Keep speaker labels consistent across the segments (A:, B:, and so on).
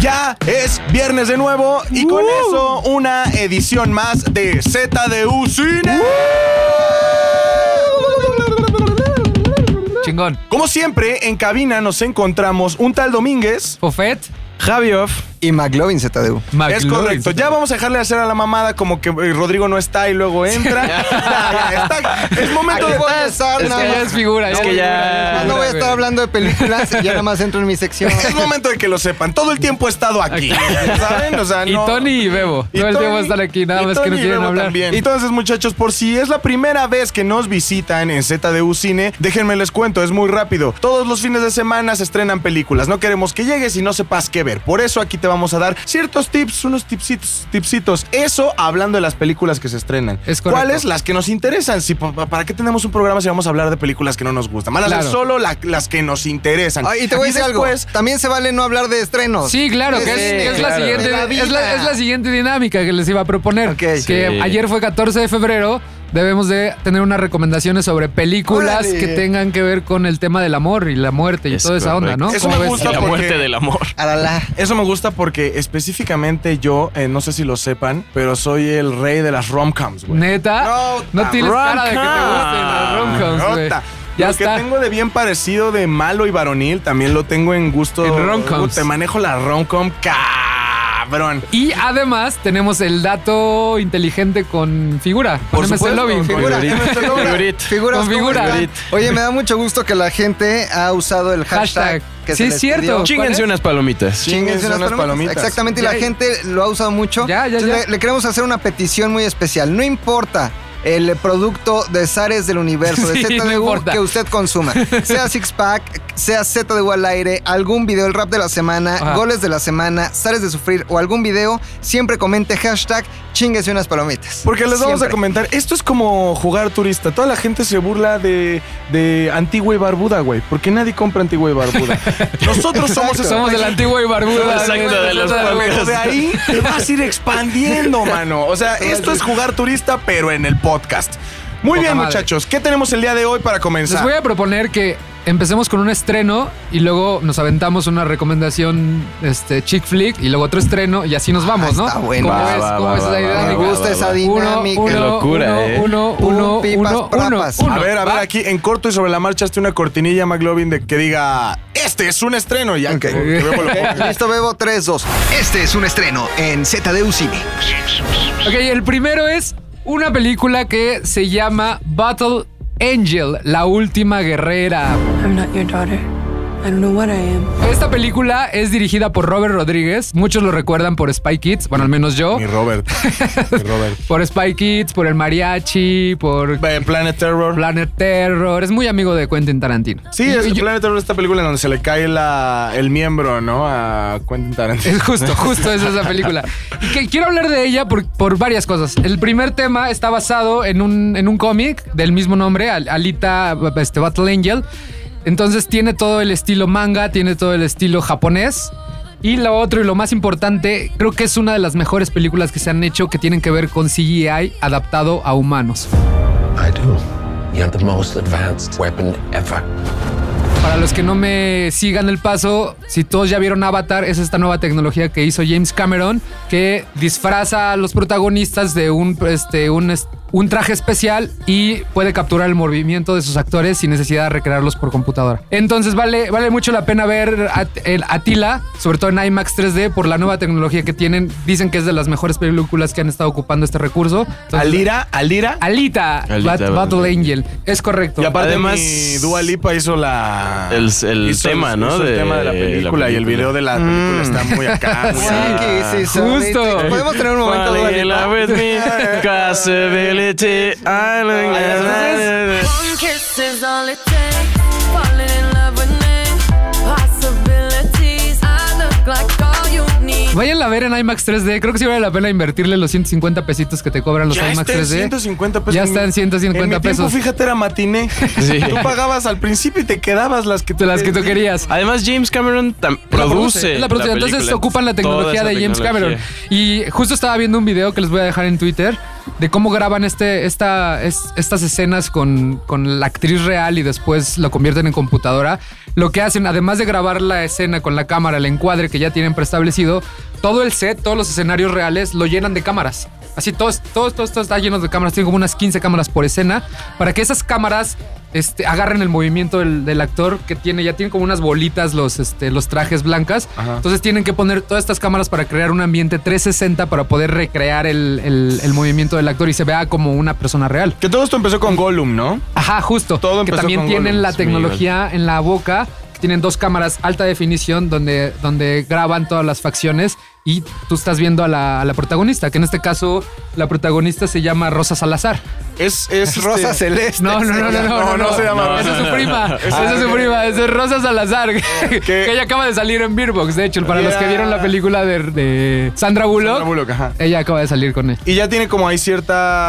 A: ya es viernes de nuevo y con
B: Uh.
A: eso una edición más de ZDU Cine.
B: Chingón.
A: Como siempre, en cabina nos encontramos un tal Domínguez,
B: Fofet.
A: Javioff.
C: Y McLovin ZDU.
A: Es correcto. Ya vamos a dejarle de hacer a la mamada como que eh, Rodrigo no está y luego entra. Ya, ya, está. Es momento
C: Aquí
A: de.
C: voy a estar,
D: Es
C: nada
D: que
C: más.
B: ya es figura.
D: Es
B: ya
D: que
B: es
D: ya-
B: figura,
C: Nada
B: es
C: más no voy
B: figura,
C: a estar
B: güey.
C: hablando de películas y ya nada más entro en mi sección.
A: Es momento de que lo sepan. Todo el tiempo he estado aquí. ¿Saben? O sea,
B: Y
A: no-
B: Tony y Bebo.
A: Y
B: Todo el tiempo
A: Tony-
B: están aquí, nada
A: y
B: más que
A: Tony
B: no
A: y
B: quieren
A: Bebo
B: hablar.
A: también. Entonces, muchachos, por si es la primera vez que nos visitan en ZDU Cine, déjenme les cuento, es muy rápido. Todos los fines de semana se estrenan películas. No queremos que llegues y no sepas qué ver. Por eso aquí te vamos a dar ciertos tips, unos tipsitos, tipsitos. Eso hablando de las películas que se estrenan.
B: Es correcto.
A: ¿Cuáles? Las que nos interesan. Si, pa- pa- ¿Para qué tenemos un programa si vamos a hablar de películas que no nos gustan? Van a ser
B: Claro.
A: solo la- las que nos interesan.
C: Ah, y te voy a decir algo. También se vale no hablar de estrenos.
B: Sí, claro, que es,
C: Sí,
B: que es la
D: claro.
B: siguiente,
C: De la
B: es, la,
C: vida.
B: es la siguiente dinámica que les iba a proponer.
C: Ok.
B: Que
C: Sí.
B: ayer fue 14 de febrero. Debemos de tener unas recomendaciones sobre películas
C: Órale.
B: que tengan que ver con el tema del amor y la muerte y
D: Es
B: toda esa onda,
D: correcto.
B: ¿no?
A: Eso
B: ¿Cómo
A: me
B: ves?
A: gusta.
D: La
A: porque-
D: muerte del amor.
C: Aralá.
A: Eso me gusta porque específicamente yo, eh, no sé si lo sepan, pero soy el rey de las rom-coms, güey.
B: Neta, no,
A: ta-
B: tienes cara de que te
A: rom-com.
B: gusten los rom-coms, güey.
A: Nota.
B: Ya
A: lo que
B: está.
A: tengo de bien parecido de malo y varonil también lo tengo en gusto.
B: En rom-coms.
A: Uh, Te manejo la rom-com cabrón.
B: Y además tenemos el dato inteligente con figura. Ponemos el lobby.
C: figura.
D: Figurita.
C: Nuestro logro.
D: Figurita.
C: Figuras
B: Con
C: como
B: figura.
C: están. Oye, me da mucho gusto que la gente ha usado el hashtag.
B: Hashtag. Sí,
C: Que se
B: es
C: les
B: cierto.
C: pidió.
D: Chínguense
B: es?
D: unas palomitas.
C: Chinguense unas palomitas. Exactamente, y la
B: Ya.
C: gente lo ha usado mucho.
B: Ya, ya,
C: Entonces,
B: ya.
C: Le, le queremos hacer una petición muy especial. No importa el producto de Zares del Universo, de
B: Sí, no
C: ZDU,
B: importa.
C: que usted consuma. Sea Six Pack, sea ZDU al aire, algún video, el rap de la semana,
B: Ajá.
C: goles de la semana, Zares de Sufrir o algún video, siempre comente hashtag chinguese unas palomitas.
A: Porque les vamos a
C: Siempre.
A: comentar, esto es como jugar turista. Toda la gente se burla de, de Antigua y Barbuda, güey. Porque nadie compra Antigua y Barbuda. Nosotros somos esa
B: Somos de la antigua y barbuda.
D: Exacto, de los
B: Exacto.
D: podcasts.
A: Pero de ahí te vas a ir expandiendo, mano. O sea, esto es jugar turista, pero en el podcast. Muy
B: Poca
A: bien,
B: madre.
A: muchachos. ¿Qué tenemos el día de hoy para
B: Les
A: comenzar?
B: voy a proponer que empecemos con un estreno y luego nos aventamos una recomendación este, chick flick y luego otro estreno y así nos vamos, ¿no?
C: está bueno.
B: ¿Cómo
C: Va,
B: ves?
D: va,
B: ¿Cómo
D: va,
B: ves
D: va,
B: esa
D: va,
C: Me
B: dinámica?
D: va,
C: gusta
D: va,
C: esa
D: va.
B: Uno,
C: dinámica.
B: uno,
D: locura,
B: uno,
D: ¿eh?
B: uno,
C: Pum,
B: uno,
C: pipas,
B: uno,
C: papas.
B: uno,
A: a ver, a ver,
B: ¿va?
A: aquí en corto y sobre la marcha hazte una cortinilla, McLovin, de que diga: Este es un estreno. Y Ya que, que luego lo pongo.
C: Listo, bebo 3, 2. Este es un estreno en ZDU Cine.
B: Ok, el primero es una película que se llama Battle Angel, la última guerrera.
E: I'm not your daughter. I don't know what I am.
B: Esta película es dirigida por Robert Rodríguez. Muchos lo recuerdan por Spy Kids, bueno, al menos yo.
A: Mi Robert. Mi Robert.
B: Por Spy Kids, por El Mariachi, por
A: Eh, Planet Terror.
B: Planet Terror. Es muy amigo de Quentin Tarantino.
A: sí,
B: Y-
A: es
B: y yo-
A: Planet Terror esta película en donde se le cae la, el miembro, ¿no? A Quentin Tarantino.
B: Es justo, justo es esa película. Y que quiero hablar de ella por, por varias cosas. El primer tema está basado en un, en un cómic del mismo nombre, Al- Alita este, Battle Angel. Entonces tiene todo el estilo manga, tiene todo el estilo japonés. Y lo otro y lo más importante, creo que es una de las mejores películas que se han hecho que tienen que ver con CGI adaptado a humanos.
F: I do. You're the most advanced weapon ever.
B: Para los que no me sigan el paso, si todos ya vieron Avatar, es esta nueva tecnología que hizo James Cameron que disfraza a los protagonistas de un, este, un, es- un traje especial y puede capturar el movimiento de sus actores sin necesidad de recrearlos por computadora. Entonces vale, vale mucho la pena ver At- el Atila, sobre todo en IMAX 3D, por la nueva tecnología que tienen. Dicen que es de las mejores películas que han estado ocupando este recurso. Entonces,
A: Alira, Alira.
B: Alita,
D: Alita,
B: Bat- Battle
D: Battle
B: Angel. Es correcto.
A: Y aparte
D: Además-
A: mi Dua Lipa hizo la
D: El- el tema, ¿no?
A: hizo el
D: de-
A: tema de la
D: la
A: película, Mm. y el
D: película.
A: video de la película está muy acá. muy
C: Sí,
A: acá.
C: sí, sí,
B: Ah, Justo.
C: ahorita. Podemos tener un momento
D: Falling
C: Dua
D: in
C: Lipa?
D: love with me, possibility, I don't
B: entonces-
D: know.
G: One kiss is all it takes. Falling in love with me. Possibilities. I look like all you need.
B: Vayan a ver en IMAX 3D. Creo que sí vale la pena invertirle los 150 pesitos que te cobran los
A: Ya
B: IMAX
A: está en
B: 3D.
A: 150 pesos.
B: Ya está en 150
A: En mi tiempo,
B: pesos.
A: fíjate, era matiné.
D: Sí.
A: Tú pagabas al principio y te quedabas las que
B: De las que tú
A: querías.
B: querías.
D: Además, James Cameron tam- produce.
B: Es la producción.
D: la
B: Entonces
D: película.
B: ocupan la
D: Toda
B: tecnología
D: esa
B: de James
D: tecnología.
B: Cameron. Y justo estaba viendo un video que les voy a dejar en Twitter de cómo graban este, esta, es- estas escenas con, con la actriz real y después lo convierten en computadora. Lo que hacen, además de grabar la escena con la cámara, el encuadre que ya tienen preestablecido, todo el set, todos los escenarios reales lo llenan de cámaras. Así, todos, todos, todos, todos está lleno de cámaras. Tienen como unas 15 cámaras por escena para que esas cámaras este, agarren el movimiento del, del actor que tiene. Ya tiene como unas bolitas los, este, los trajes blancas. Entonces tienen que poner todas estas cámaras para crear un ambiente 360 para poder recrear el, el- el movimiento del actor y se vea como una persona real.
A: Que todo esto empezó con Gollum, ¿no?
B: Ajá, justo.
A: Todo
B: que
A: empezó
B: también
A: con
B: tienen
A: Gollum,
B: la
A: es mi
B: tecnología en la boca. Tienen dos cámaras alta definición donde, donde graban todas las facciones y tú estás viendo a la, a la protagonista, que en este caso la protagonista se llama Rosa Salazar.
A: Es, es este-
C: Rosa Celeste.
B: No, no, no, no, no,
A: no, no se llama Rosa.
B: Esa es su prima, esa es su
A: ok.
B: prima, esa es Rosa Salazar, que, que ella acaba de salir en Beerbox, de hecho, para los que
A: Yeah.
B: vieron la película de, de Sandra Bullock,
A: Sandra Bullock, ajá.
B: ella acaba de salir con él.
A: Y ya tiene como ahí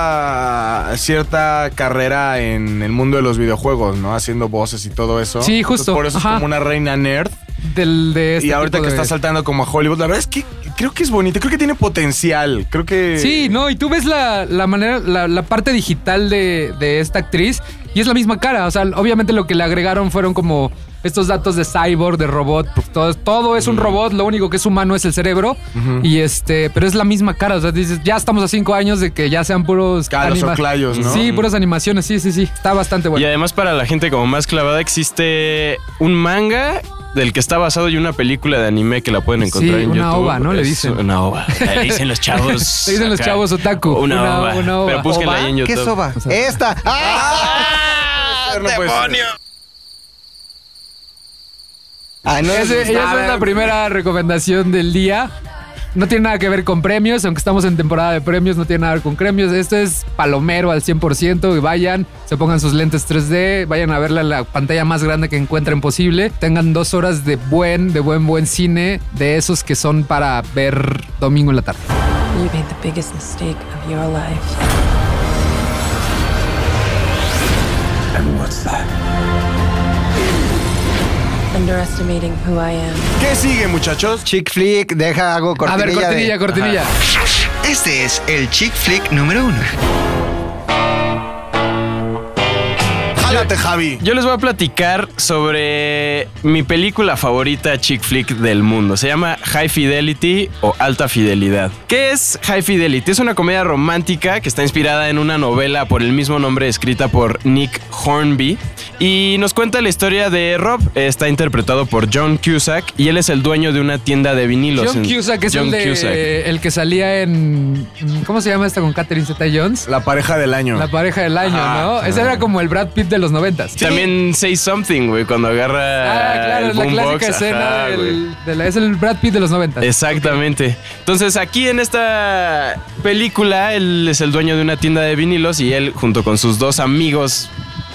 A: cierta cierta carrera en el mundo de los videojuegos, ¿no? Haciendo voces y todo eso.
B: Sí, justo,
A: Entonces, por eso
B: ajá.
A: es como una reina nerd.
B: Del, de este
A: y ahorita
B: tipo
A: que
B: de-
A: está saltando como a Hollywood, la verdad es que creo que es bonita, creo que tiene potencial, creo que...
B: Sí, no, y tú ves la, la manera, la, la parte digital de, de esta actriz y es la misma cara. O sea, obviamente lo que le agregaron fueron como estos datos de cyborg, de robot, pues, todo, todo es un
A: Mm.
B: robot, lo único que es humano es el cerebro. Y este, pero es la misma cara. O sea, dices, ya estamos a cinco años de que ya sean puros
A: Claro, los
B: anima-
A: oclayos, ¿no? Mm.
B: Sí, puras animaciones, sí, sí, sí. Está bastante
D: Y
B: bueno.
D: además para la gente como más clavada existe un manga del que está basado y una película de anime que la pueden encontrar
B: Sí,
D: en
B: una
D: YouTube.
B: ova, ¿no? Le
D: Es
B: dicen.
D: Una ova. Le dicen los chavos.
B: Le dicen los
D: acá.
B: chavos otaku.
D: Una,
B: Una-
D: ova.
B: una ova.
D: Pero búsquenla
B: ¿Ova?
D: ahí en YouTube.
C: ¿Qué soba?
B: O sea-
C: Esta. ¡Ah! pues.
A: No puede ser.
C: Ah, no,
B: Ese-
C: no,
B: esa es la primera recomendación del día. No tiene nada que ver con premios, aunque estamos en temporada de premios, no tiene nada que ver con premios. Esto es palomero al 100% y vayan, se pongan sus lentes 3D, vayan a verla en la pantalla más grande que encuentren posible. Tengan dos horas de buen, de buen, buen cine, de esos que son para ver domingo en la tarde.
E: You made the biggest mistake of your life.
F: And what's that?
E: Underestimating who I am.
A: ¿Qué sigue, muchachos?
C: Chick flick, deja hago
B: A
C: cortinilla.
B: ver, cortinilla,
C: de-
B: cortinilla.
H: Este es el chick flick número uno.
A: Jálate, Javi.
D: Yo les voy a platicar sobre mi película favorita chick flick del mundo. Se llama High Fidelity o Alta Fidelidad. ¿Qué es High Fidelity? Es una comedia romántica que está inspirada en una novela por el mismo nombre escrita por Nick Hornby y nos cuenta la historia de Rob. Está interpretado por John Cusack y él es el dueño de una tienda de vinilos.
B: John
D: en-
B: Cusack es
D: John
B: el, de-
D: Cusack.
B: el que salía en... ¿Cómo se llama esta con Catherine Zeta-Jones?
A: La pareja del año.
B: La pareja del año,
D: Ajá.
B: ¿no? Ese era como el Brad Pitt de los noventas.
D: También Say Something, güey, cuando agarra.
B: Ah, claro,
D: el
B: es la
D: boombox.
B: clásica escena
D: Ajá, güey.
B: del, de la- es el Brad Pitt de los 90.
D: Exactamente. Entonces aquí en esta película él es el dueño de una tienda de vinilos y él junto con sus dos amigos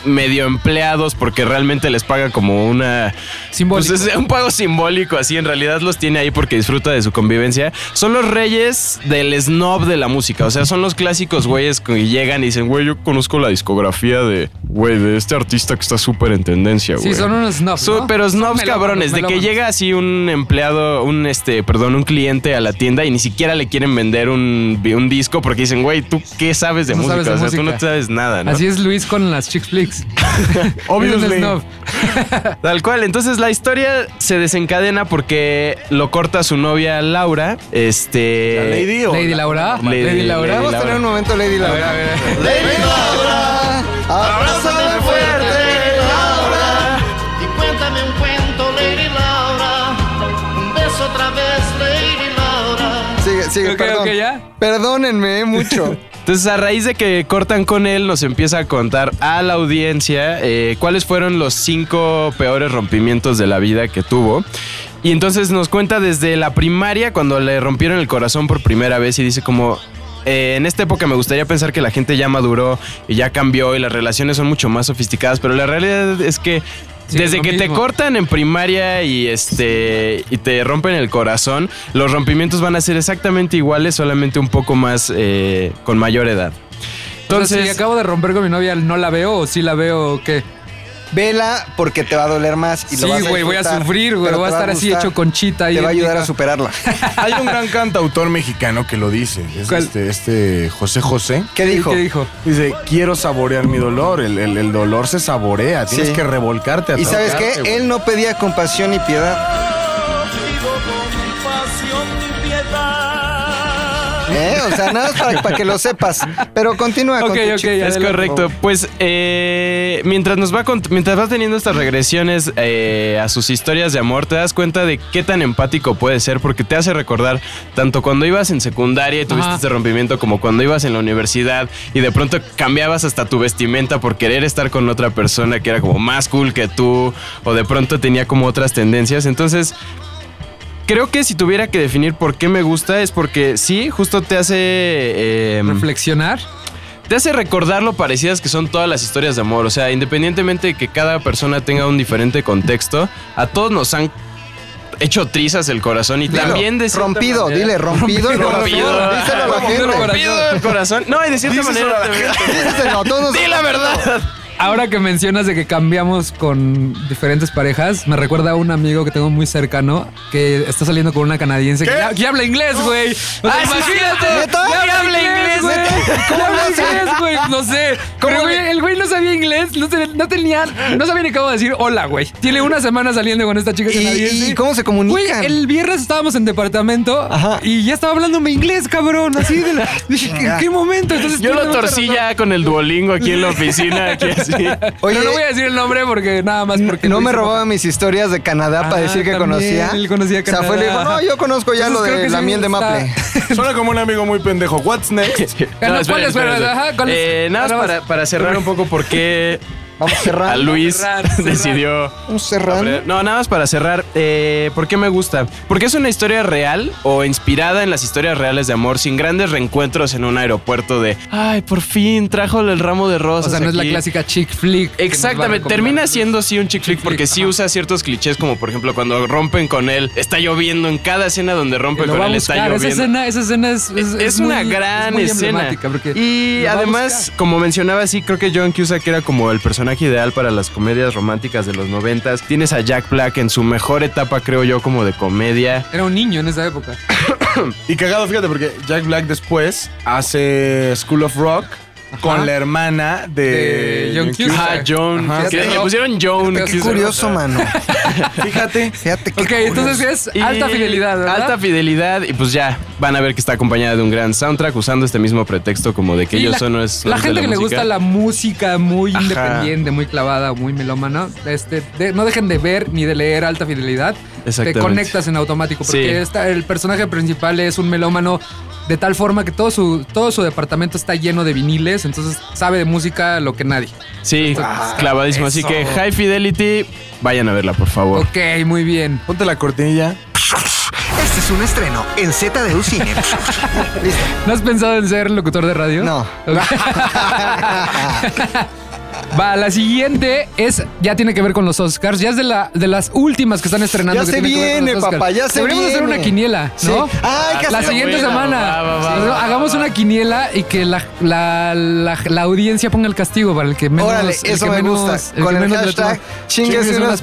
D: medio empleados porque realmente les paga como una
B: Simbólico.
D: pues, es un pago simbólico así en realidad los tiene ahí porque disfruta de su convivencia son los reyes del snob de la música o sea son los clásicos güeyes que llegan y dicen güey yo conozco la discografía de güey de este artista que está súper en tendencia güey
B: sí, son unos snobs.
D: Su-
B: ¿no?
D: Pero
B: Son
D: snobs
B: melómanos,
D: cabrones, de que
B: melómanos.
D: llega así un empleado, un este, perdón, un cliente a la tienda y ni siquiera le quieren vender un, un disco porque dicen, güey, ¿tú qué sabes de
B: No
D: música?
B: sabes de
D: o sea, tú no
B: música.
D: sabes nada, ¿no?
B: Así es Luis con las chick flicks.
A: Obviously.
B: Es un snob.
D: Tal cual. Entonces la historia se desencadena porque lo corta su novia Laura. Este.
A: La Lady o
B: Lady
A: la-
B: Laura.
D: Lady-
B: Lady, Laura.
D: Lady
C: Vamos a tener un momento, Lady Laura. Lady Laura, abrázame fuerte, Laura.
I: Y cuéntame un cuento, Lady Laura. Un beso otra vez, Lady Laura.
C: Sigue, sigue,
B: Ok,
C: perdón.
B: ok, ya.
C: Perdónenme eh, mucho.
D: Entonces, a raíz de que cortan con él, nos empieza a contar a la audiencia eh, cuáles fueron los cinco peores rompimientos de la vida que tuvo. Y entonces nos cuenta desde la primaria, cuando le rompieron el corazón por primera vez, y dice como. eh, en esta época me gustaría pensar que la gente ya maduró y ya cambió y las relaciones son mucho más sofisticadas, pero la realidad es que
B: Sí,
D: desde
B: lo
D: que te
B: mismo.
D: cortan en primaria y este y te rompen el corazón, los rompimientos van a ser exactamente iguales, solamente un poco más eh, con mayor edad.
B: Entonces,
D: Entonces,
B: si acabo de romper con mi novia, ¿no la veo o sí la veo o qué?
C: Vela porque te va a doler más. Y lo
B: Sí,
C: vas a
B: güey, voy a
C: disfrutar,
B: sufrir, güey,
C: pero
B: voy a
C: te va
B: estar así
C: gustar.
B: hecho conchita ahí
C: Te va a
B: en mi
C: ayudar a
B: ca-
C: superarla.
A: Hay un gran cantautor mexicano que lo dice. Es
B: ¿Cuál?
A: este, este José José.
C: ¿Qué dijo?
B: ¿Qué dijo?
A: Dice, quiero saborear mi dolor. El, el- el dolor se saborea. Tienes
C: Sí.
A: que revolcarte a
C: Y sabes qué?
A: tragarte, güey.
C: Él no pedía compasión ni piedad. ¿Eh? O sea, nada más para, para que lo sepas. Pero continúa
B: Ok,
C: con tu
B: ok,
C: chiste.
B: ya.
D: Es
B: adelante,
D: correcto. Pues eh, mientras nos va cont- mientras vas teniendo estas regresiones eh, a sus historias de amor, te das cuenta de qué tan empático puede ser, porque te hace recordar tanto cuando ibas en secundaria y tuviste
B: Ajá.
D: este rompimiento, como cuando ibas en la universidad y de pronto cambiabas hasta tu vestimenta por querer estar con otra persona que era como más cool que tú, o de pronto tenía como otras tendencias. Entonces, creo que si tuviera que definir por qué me gusta, es porque sí, justo te hace. em,
B: Reflexionar.
D: te hace recordar lo parecidas que son todas las historias de amor. O sea, independientemente de que cada persona tenga un diferente contexto, a todos nos han hecho trizas el corazón y
C: Claro.
D: también de cierta
C: Rompido,
D: manera-
C: dile, rompido. el corazón.
D: Rompido.
C: Díselo a la
B: Rompido el
C: gente.
B: corazón.
D: Rompido el corazón. No, y de cierta
A: Díselo
D: manera.
A: a la
D: también-
C: Díselo a todos.
D: Di la verdad.
B: Ahora que mencionas de que cambiamos con diferentes parejas, me recuerda a un amigo que tengo muy cercano que está saliendo con una canadiense que,
A: ¿Qué?
B: ya- que habla inglés, güey. O sea,
D: Ah, sí,
B: imagínate.
D: sí.
C: ¿Neta?
B: ya
D: ¿Qué habla inglés,
B: güey. ¿Cómo habla inglés, güey? No sé. Pero, güey, el güey no sabía inglés, no, te- no tenía, no sabía ni cómo decir hola, güey. Tiene una semana saliendo con esta chica
C: ¿Y-
B: canadiense.
C: y cómo se comunican?
B: Güey, el viernes estábamos en departamento
C: Ajá.
B: y ya estaba hablándome inglés, cabrón. Así de la. Dije, ¿en qué momento? Entonces,
D: Yo
B: tiene
D: lo
B: mucha
D: torcí
B: razón.
D: ya con el duolingo aquí en la oficina. Aquí así.
C: Oye,
B: Pero no voy a decir el nombre porque nada más porque
C: no
B: lo
C: me
B: hice
C: robaba mis historias de Canadá
B: Ah,
C: para decir que
B: también,
C: conocía.
B: él conocía
C: O sea, fue, le dijo,
B: Canadá.
C: no, yo conozco ya
B: Entonces,
C: lo
B: creo
C: de
B: que
C: la
B: sí
C: miel de
B: está-
C: maple.
A: Suena como un amigo muy pendejo. What's next?
B: Ah, no,
D: esperen,
B: ¿cuál es?
D: esperen,
B: Bueno,
D: esperen.
B: ajá, ¿cuál es?
D: Eh, nada más
B: Nada más.
D: para, para cerrar un poco por qué
C: Vamos
D: a
C: cerrando.
D: Luis
B: cerrar, cerrar.
D: decidió
C: Vamos cerrando.
D: No, nada más para cerrar. eh, ¿Por qué me gusta? Porque es una historia real o inspirada en las historias reales de amor, sin grandes reencuentros en un aeropuerto de ay, por fin trajo el ramo de
B: O
D: rosas.
B: sea, no es la
D: aquí".
B: clásica chick flick. que nos va a
D: Exactamente,
B: recomendar.
D: termina siendo sí un chick flick porque sí
B: ajá.
D: usa ciertos clichés como por ejemplo cuando rompen con él, está lloviendo en cada escena donde rompen
B: Lo
D: con
B: va a
D: él está
B: buscar.
D: lloviendo.
B: Esa escena, esa escena es, es,
D: Es,
B: es
D: una
B: muy- es
D: gran
B: muy
D: escena.
B: emblemática porque
D: Y
B: lo va a
D: además,
B: buscar.
D: como mencionaba, sí, creo que John Cusack era como el personaje ideal para las comedias románticas de los noventas. Tienes a Jack Black en su mejor etapa, creo yo, como de comedia.
B: Era un niño en esa época.
A: Y cagado, fíjate, porque Jack Black después hace School of Rock con la hermana de,
B: De John Cusack.
D: Ah, John.
A: Ajá.
D: que le
B: Fíjate.
D: pusieron John.
B: Fíjate,
C: Qué
D: Cusack.
C: curioso, mano.
A: Fíjate.
C: Fíjate que.
B: Ok, entonces es
D: Y
B: alta fidelidad, ¿verdad?
D: Alta fidelidad. Y pues ya, van a ver que está acompañada de un gran soundtrack usando este mismo pretexto como de que
B: Sí,
D: ellos
B: la-
D: son los-
B: La
D: los de
B: gente que le
D: música.
B: gusta la música muy
D: Ajá.
B: independiente, muy clavada, muy melómana, este, de- no dejen de ver ni de leer Alta Fidelidad. Te
D: Exactamente.
B: conectas en automático porque
D: Sí.
B: esta- el personaje principal es un melómano de tal forma que todo su, todo su departamento está lleno de viniles, entonces sabe de música lo que nadie.
D: Sí, clavadísimo.
B: Ah,
D: Así
B: eso.
D: que High Fidelity, vayan a verla, por favor.
B: Ok, muy bien.
A: Ponte la cortinilla.
H: Este es un estreno en ZDU Cine.
B: ¿No has pensado en ser locutor de radio?
C: No.
B: Ok. Va, la siguiente es, ya tiene que ver con los Oscars, ya es de, la, de las últimas que están estrenando.
C: Ya
B: que
C: se
B: tiene que ver con los
C: viene,
B: Oscars.
C: papá, ya se
B: Deberíamos hacer
C: viene.
B: una quiniela,
C: Sí.
B: ¿no?
C: Ah, hay que
B: La
C: hacer-
B: siguiente
D: buena,
B: semana.
D: va, va, va,
B: Pero
D: va, va,
B: hagamos
D: va.
B: una quiniela y que la, la, la, la audiencia ponga el castigo para el que menos.
C: Órale,
B: el
C: eso
B: que
C: me
B: menos-
C: gusta.
B: que
C: Con el
B: menos le
C: hashtag
B: toma.
C: chingues unas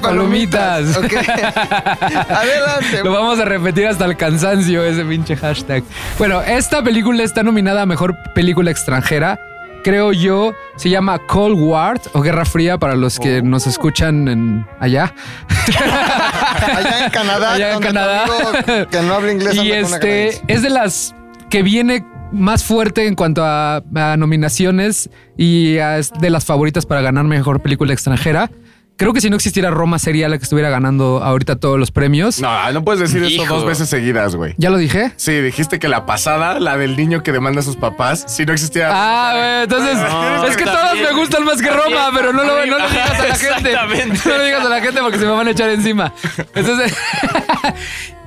C: palomitas. Ok. Adelante.
B: Lo vamos a repetir hasta el cansancio, ese pinche hashtag. Bueno, esta película está nominada a mejor película extranjera. Creo yo, se llama Cold War o Guerra Fría para los que
C: Oh.
B: nos escuchan en allá.
C: Allá en Canadá.
B: Allá en
C: donde tu
B: Canadá.
C: amigo Que no habla inglés.
B: Y
C: anda con una
B: este
C: canadiense.
B: es de las que viene más fuerte en cuanto a, a nominaciones y a- es de las favoritas para ganar mejor película extranjera. Creo que si no existiera Roma sería la que estuviera ganando ahorita todos los premios.
A: No, no puedes decir eso
D: Hijo.
A: dos veces seguidas, güey.
B: ¿Ya lo dije?
A: Sí, dijiste que la pasada, la del niño que demanda a sus papás, si no existiera.
B: Ah, güey, entonces
D: No.
B: es que todas me gustan más que Roma,
D: También.
B: pero no lo, no lo
D: Ajá,
B: digas a la gente.
D: exactamente.
B: No lo digas a la gente porque se me van a echar encima. Entonces,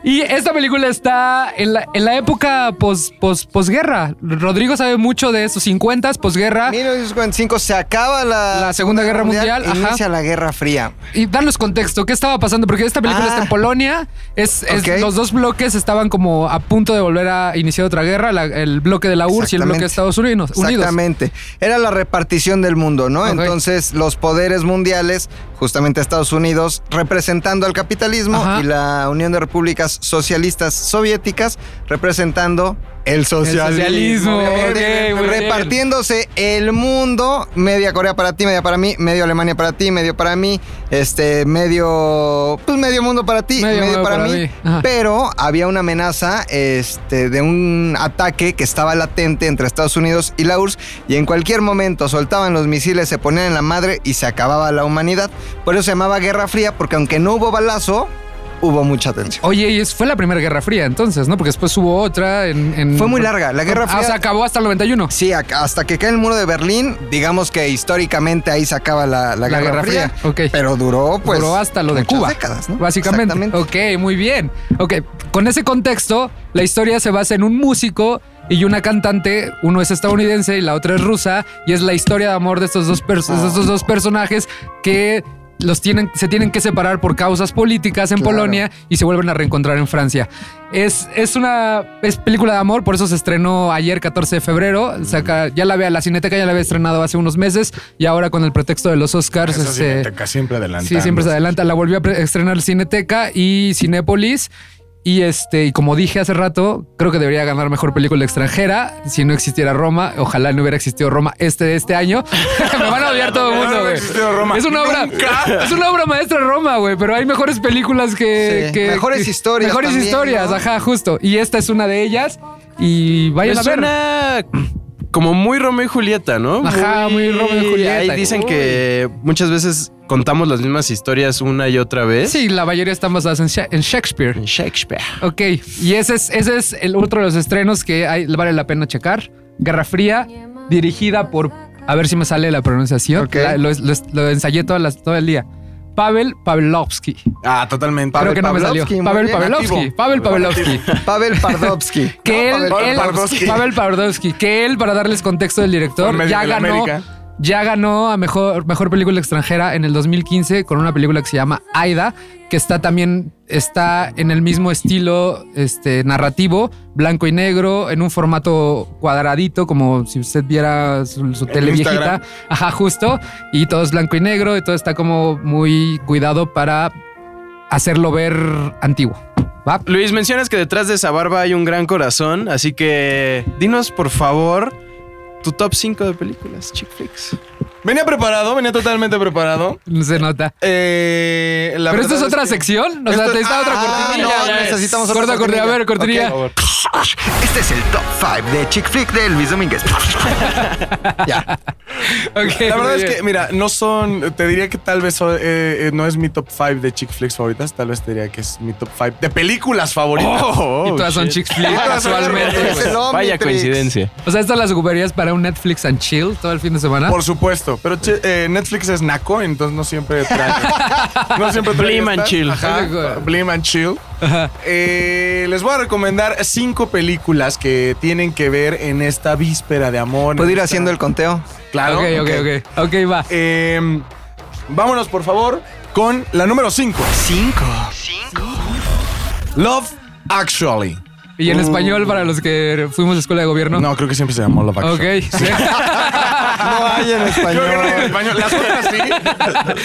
B: Y esta película está en la, en la época pos, pos- posguerra. Rodrigo sabe mucho de esos 50, posguerra.
C: 1945 se acaba la,
B: ah. La Segunda Guerra Mundial, ajá.
C: inicia la Guerra Fría.
B: Y darnos contexto, ¿qué estaba pasando? Porque esta película
C: Ah.
B: está en Polonia, es, es-
C: Ok.
B: los dos bloques estaban como a punto de volver a iniciar otra guerra, la- el bloque de la URSS y el bloque de
C: Exactamente.
B: Estados Unidos. Unidos.
C: Exactamente. Era la repartición del mundo, ¿no?
B: Ok.
C: Entonces, los poderes mundiales, justamente Estados Unidos, representando al capitalismo
B: Ajá.
C: y la Unión de Repúblicas Socialistas Soviéticas, representando el socialismo.
B: socialismo,
C: obviamente.
B: ok, muy bien.
C: Repartiéndose el mundo, media Corea para ti, media para mí, medio Alemania para ti, medio para mí, este, medio, pues medio mundo para ti,
B: Medio
C: medio,
B: mundo
C: para,
B: para
C: mí.
B: mí, ajá.
C: Pero había una amenaza este, de un ataque que estaba latente entre Estados Unidos y la URSS y en cualquier momento soltaban los misiles, se ponían en la madre y se acababa la humanidad. Por eso se llamaba Guerra Fría, porque aunque no hubo balazo, hubo mucha tensión.
B: Oye, y es- fue la primera Guerra Fría entonces, ¿no? Porque después hubo otra en... en-
C: Fue muy larga, la Guerra
B: Ah, o
C: Fría-
B: sea, acabó hasta el 91.
C: Sí, a- hasta que cae el muro de Berlín, digamos que históricamente ahí se acaba la, la Guerra, Fría.
B: ok.
C: Pero duró, pues.
B: Duró hasta lo de
C: muchas
B: Cuba.
C: décadas, ¿no?
B: Básicamente.
C: Exactamente.
B: Ok, muy bien. Ok, con ese contexto, la historia se basa en un músico y una cantante. Uno es estadounidense y la otra es rusa. Y es la historia de amor de estos dos, pers- de
C: Ah.
B: estos dos personajes que los tienen, se tienen que separar por causas políticas en
C: Claro.
B: Polonia y se vuelven a reencontrar en Francia. Es, es una es película de amor, por eso se estrenó ayer 14 de febrero. Saca, ya la vea, la Cineteca ya la había estrenado hace unos meses y ahora con el pretexto de los Oscars.
A: Esa
B: este,
A: cineteca siempre adelante.
B: Sí, siempre se adelanta. La volvió a pre- estrenar Cineteca y Cinépolis. Y este, y como dije hace rato, creo que debería ganar mejor película extranjera si no existiera Roma. Ojalá no hubiera existido Roma este de este año. Me van a odiar todo
A: Ah,
B: el
A: No
B: mundo,
A: hubiera
B: güey.
A: existido Roma.
B: Es una obra. Es una obra maestra Roma, güey. Pero hay mejores películas que.
C: Sí,
B: que-
C: mejores
B: que-
C: historias
B: Mejores
C: también,
B: historias,
C: ¿no?
B: ajá, justo. Y esta es una de ellas. Y vayan
D: Me
B: a ver.
D: suena como muy Romeo y Julieta, ¿no?
B: Ajá, muy Romeo y Julieta.
D: Ahí dicen
B: Uy.
D: que muchas veces contamos las mismas historias una y otra
A: ¿eh?
D: vez.
B: Sí, la mayoría están basadas en Sha- en Shakespeare.
D: En Shakespeare.
B: Ok, y ese es, ese es el otro de los estrenos que hay- vale la pena checar. Guerra Fría, dirigida por... A ver si me sale la pronunciación.
C: Ok.
B: La- lo, lo- lo ensayé todas las- todo el día. Pavel Pavlovsky.
A: Ah, totalmente.
B: Creo que no me salió.
C: Pavlovsky, muy
B: Pavel
C: bien,
B: Pavlovsky.
C: nativo.
B: Pavel Pavlovsky.
C: Pavel Pardovsky.
B: Que
C: No,
B: él,
C: Pavel
B: él-
A: Pavlovsky.
B: Pavel Pavlovsky, que él, para darles contexto del director,
A: Fue medio
B: ya
A: de la
B: ganó,
A: América.
B: ya ganó a mejor, mejor película extranjera en el 2015 con una película que se llama Aida, que está también está en el mismo estilo este, narrativo, blanco y negro, en un formato cuadradito, como si usted viera su, su tele viejita.
A: Instagram.
B: Ajá, justo. Y todo es blanco y negro y todo está como muy cuidado para hacerlo ver antiguo. ¿Va?
D: Luis, mencionas que detrás de esa barba hay un gran corazón, así que dinos por favor tu top 5 de películas, chick flicks.
A: Venía preparado, venía totalmente preparado.
B: Se nota.
A: Eh, la
B: ¿Pero esto
A: verdad
B: es otra
A: que-
B: sección? O sea,
A: Esto-
B: te está otra
A: Ah,
B: cortinilla.
A: no,
B: ya ves.
C: necesitamos otra
B: Corta, cortinilla. A ver, cortinilla.
A: Ok.
H: Este es el top 5 de Chick Flick de Luis Domínguez.
B: Ok,
A: La verdad
B: muy
A: es que,
B: bien.
A: mira, no son. Te diría que tal vez eh, eh, no es mi top 5 de chick flicks favoritas. Tal vez te diría que es mi top 5 de películas favoritas.
B: Oh, y todas son chick flicks
A: todas Oh, son-
B: casualmente.
A: es
B: güey.
A: el
D: Vaya
C: Omnitrix.
D: coincidencia.
B: O sea, estas las ocuparías para un Netflix and chill todo el fin de semana.
A: Por supuesto. Pero che, eh, Netflix es naco, entonces no siempre trae. no siempre trae.
D: Blim and
A: estas.
D: chill.
A: Ajá, Blim and chill.
B: Ajá.
A: Eh, les voy a recomendar cinco películas que tienen que ver en esta víspera de amor.
C: ¿Puedo
A: en
C: ir
A: esta-
C: haciendo el conteo?
A: Claro.
B: ok, ok, ok. Ok, va.
A: Eh, vámonos, por favor, con la número 5.
C: 5.
A: Love Actually.
B: Y en español para los que fuimos a escuela de gobierno.
A: Mm. No, creo que siempre se llamó Love
B: Ok.
A: Actually.
B: sí.
C: No hay en
A: Yo creo que en
C: español.
A: español. Las otras sí.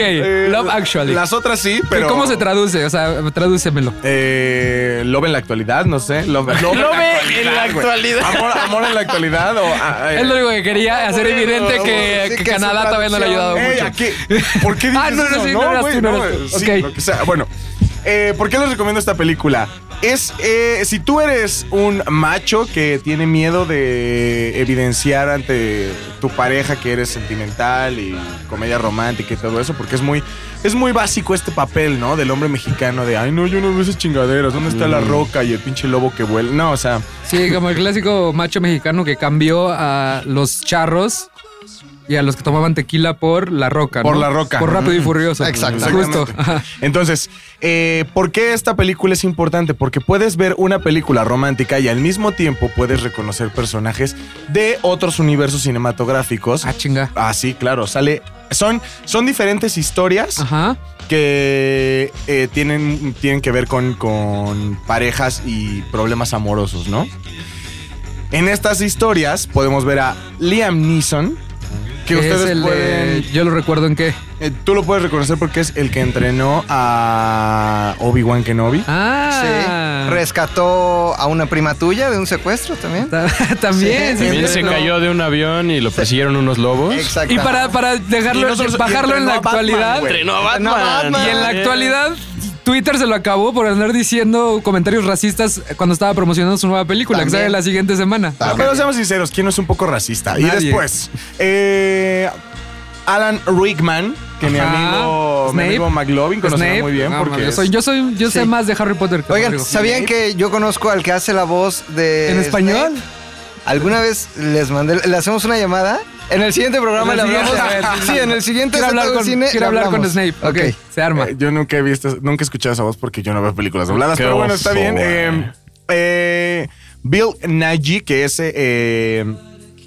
A: Eh,
B: ok. Love Actually.
A: Las otras sí, pero.
B: ¿Cómo se traduce? O sea, tradúcemelo.
A: Eh, love en la actualidad, no sé. Love, love en la actualidad. güey. Amor, amor en la actualidad. O, ah, eh,
B: Es lo único que quería hacer
A: bueno,
B: evidente
A: bueno,
B: que,
C: sí
B: que
C: que su
B: Canadá todavía no le ha ayudado
A: Ey,
B: mucho.
A: aquí- ¿Por qué dices
B: Ah, no, no,
A: eso?
B: sí, no eras
A: güey,
B: tú, no eras tú.
A: sí,
B: Ok.
A: lo que sea. Bueno, eh, ¿por qué les recomiendo esta película? Es, eh, si tú eres un macho que tiene miedo de evidenciar ante tu pareja que eres sentimental y comedia romántica y todo eso, porque es muy, es muy básico este papel, ¿no? Del hombre mexicano de, ay, no, yo no veo esas chingaderas, ¿dónde está la
B: Mm.
A: roca y el pinche lobo que vuela? No, o sea,
B: Sí, como el clásico macho mexicano que cambió a los charros y a los que tomaban tequila por La Roca.
A: Por
B: ¿no?
A: La Roca.
B: Por Rápido y
A: Mm.
B: Furioso.
C: Exacto.
B: Justo.
A: Exactamente. Entonces, eh, ¿por qué esta película es importante? Porque puedes ver una película romántica y al mismo tiempo puedes reconocer personajes de otros universos cinematográficos.
B: Ah, chinga.
A: Ah, sí, claro, sale. Son, son diferentes historias
B: Ajá.
A: que eh, tienen, tienen que ver con, con parejas y problemas amorosos, ¿no? En estas historias podemos ver a Liam Neeson, que
B: Es
A: ustedes
B: el de-
A: pueden...
B: Yo lo recuerdo en qué.
A: Eh, tú lo puedes reconocer porque es el que entrenó a Obi-Wan Kenobi.
B: Ah.
C: Sí. Rescató a una prima tuya de un secuestro también.
B: Ta- También.
C: Sí,
B: sí,
D: También
B: sí,
D: se
B: no.
D: cayó de un avión y lo persiguieron unos lobos.
C: Exacto.
B: Ah, Y para, para
A: Y
B: dejarlo,
A: no solo-
B: bajarlo en
A: entrenó a
B: la
A: Batman,
B: actualidad.
A: güey.
D: Entrenó a
C: Entrenó a
D: Batman.
C: Batman.
B: Y en la
D: Bien.
B: actualidad, Twitter se lo acabó por andar diciendo comentarios racistas cuando estaba promocionando su nueva película, que
C: También.
B: sale la siguiente semana.
C: Ta- Ah,
A: Pero
C: ok.
A: seamos sinceros, ¿quién no es un poco racista? Y
B: Nadie.
A: después, eh, Alan Rickman, que mi
B: Ajá.
A: amigo, mi
B: Snape.
A: amigo McLovin conocerá
B: Snape.
A: muy bien
B: No,
A: porque
B: mames, yo
A: es-
B: soy, yo soy, yo sé
C: Sí.
B: más de Harry Potter que
C: Oigan,
B: Rodrigo.
C: ¿sabían que yo conozco al que hace la voz de. este
B: ¿En español?
C: Snape? Alguna vez les mandé, le hacemos una llamada. En el siguiente programa
B: En
C: le
B: el
C: hablamos.
B: siguiente, a ver.
C: sí, en el siguiente
B: quiero hablar
C: Z del
B: con,
C: cine
B: quiero
C: le
B: hablar con
C: hablamos.
B: Snape. Ok,
C: Ok.
B: se arma.
A: Eh, yo nunca he visto, nunca he escuchado esa voz porque yo no veo películas dobladas,
D: Qué
A: pero bueno,
D: oso,
A: está bien.
D: güey.
A: Eh, eh, Bill Nagy, que es eh,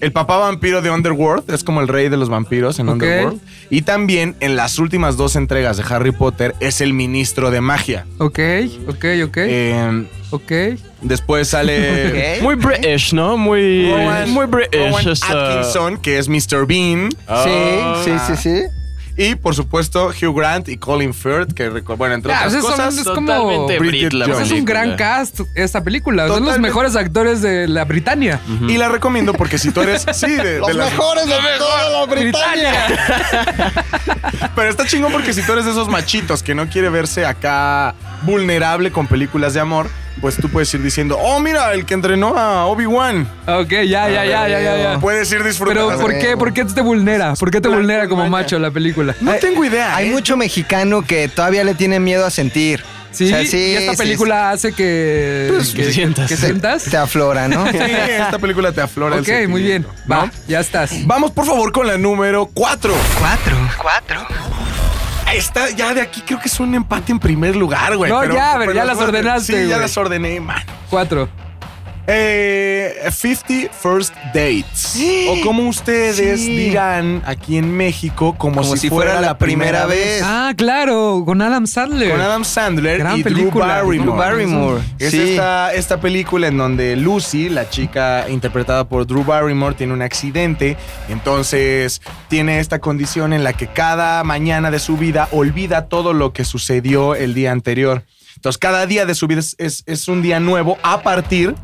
A: el papá vampiro de Underworld, es como el rey de los vampiros en
B: Ok.
A: Underworld. Y también en las últimas dos entregas de Harry Potter es el ministro de magia.
B: Ok, ok, ok.
A: Eh,
B: ok.
A: después sale
C: Ok.
D: Muy British, ¿no? Muy,
A: Rowan-
D: muy British.
A: Rowan
D: esta-
A: Atkinson, que es Mr. Bean.
D: Ah.
C: Sí, sí, sí, sí.
A: Y por supuesto, Hugh Grant y Colin Firth, que recu- bueno, entre
B: Ya,
A: otras
B: pues son-
A: cosas.
B: es como-
D: Totalmente
A: Bridget
D: Brit la
A: Jones.
B: Es un
D: película.
B: gran cast esta película. Son los
A: Totalmente.
B: mejores actores de la Britania.
D: Mm.
A: Y la recomiendo porque si tú eres. Sí, de,
C: Los
A: de las-
C: mejores de toda la Britania.
A: Pero está chingón porque si tú eres de esos machitos que no quiere verse acá vulnerable con películas de amor, pues tú puedes ir diciendo, oh, mira, el que entrenó a Obi-Wan.
B: Ok, ya, ya, ya, ya, ya. ya.
A: Puedes ir disfrutando.
B: Pero ¿por qué, por qué te vulnera? ¿Por qué te
A: Blanco
B: vulnera
A: y
B: como
A: maña.
B: macho la película?
A: No
B: Ay,
A: tengo idea.
C: Hay
A: ¿eh?
C: mucho mexicano que todavía le tiene miedo a sentir.
B: Sí,
C: O sea, sí,
B: y esta
C: sí,
B: película hace que,
D: Pues,
B: que,
D: que sientas.
B: que
C: sí.
B: sientas.
C: Se aflora, ¿no?
A: Sí, esta película te aflora. el
B: ok, muy bien.
A: sentimiento, ¿no?
B: Va, ya estás.
A: Vamos por favor con la número 4.
H: Cuatro. Cuatro.
A: Está ya de aquí, creo que es un empate en primer lugar, güey.
B: No, ya, a ver, ya las
A: bueno,
B: ordenaste,
A: Sí, ya
B: güey.
A: las ordené, mano.
B: Cuatro.
A: Eh, 50 First Dates. O como ustedes
C: Sí.
A: dirán aquí en México, como,
C: Como si fuera la primera vez.
B: Ah, claro, con Adam Sandler.
A: Con Adam Sandler
B: Gran
A: y
B: película.
A: Drew Barrymore.
C: Drew Barrymore.
A: Es
C: Sí.
A: esta, esta película en donde Lucy, la chica interpretada por Drew Barrymore, tiene un accidente. Entonces tiene esta condición en la que cada mañana de su vida olvida todo lo que sucedió el día anterior. Entonces cada día de su vida es, es- es un día nuevo a partir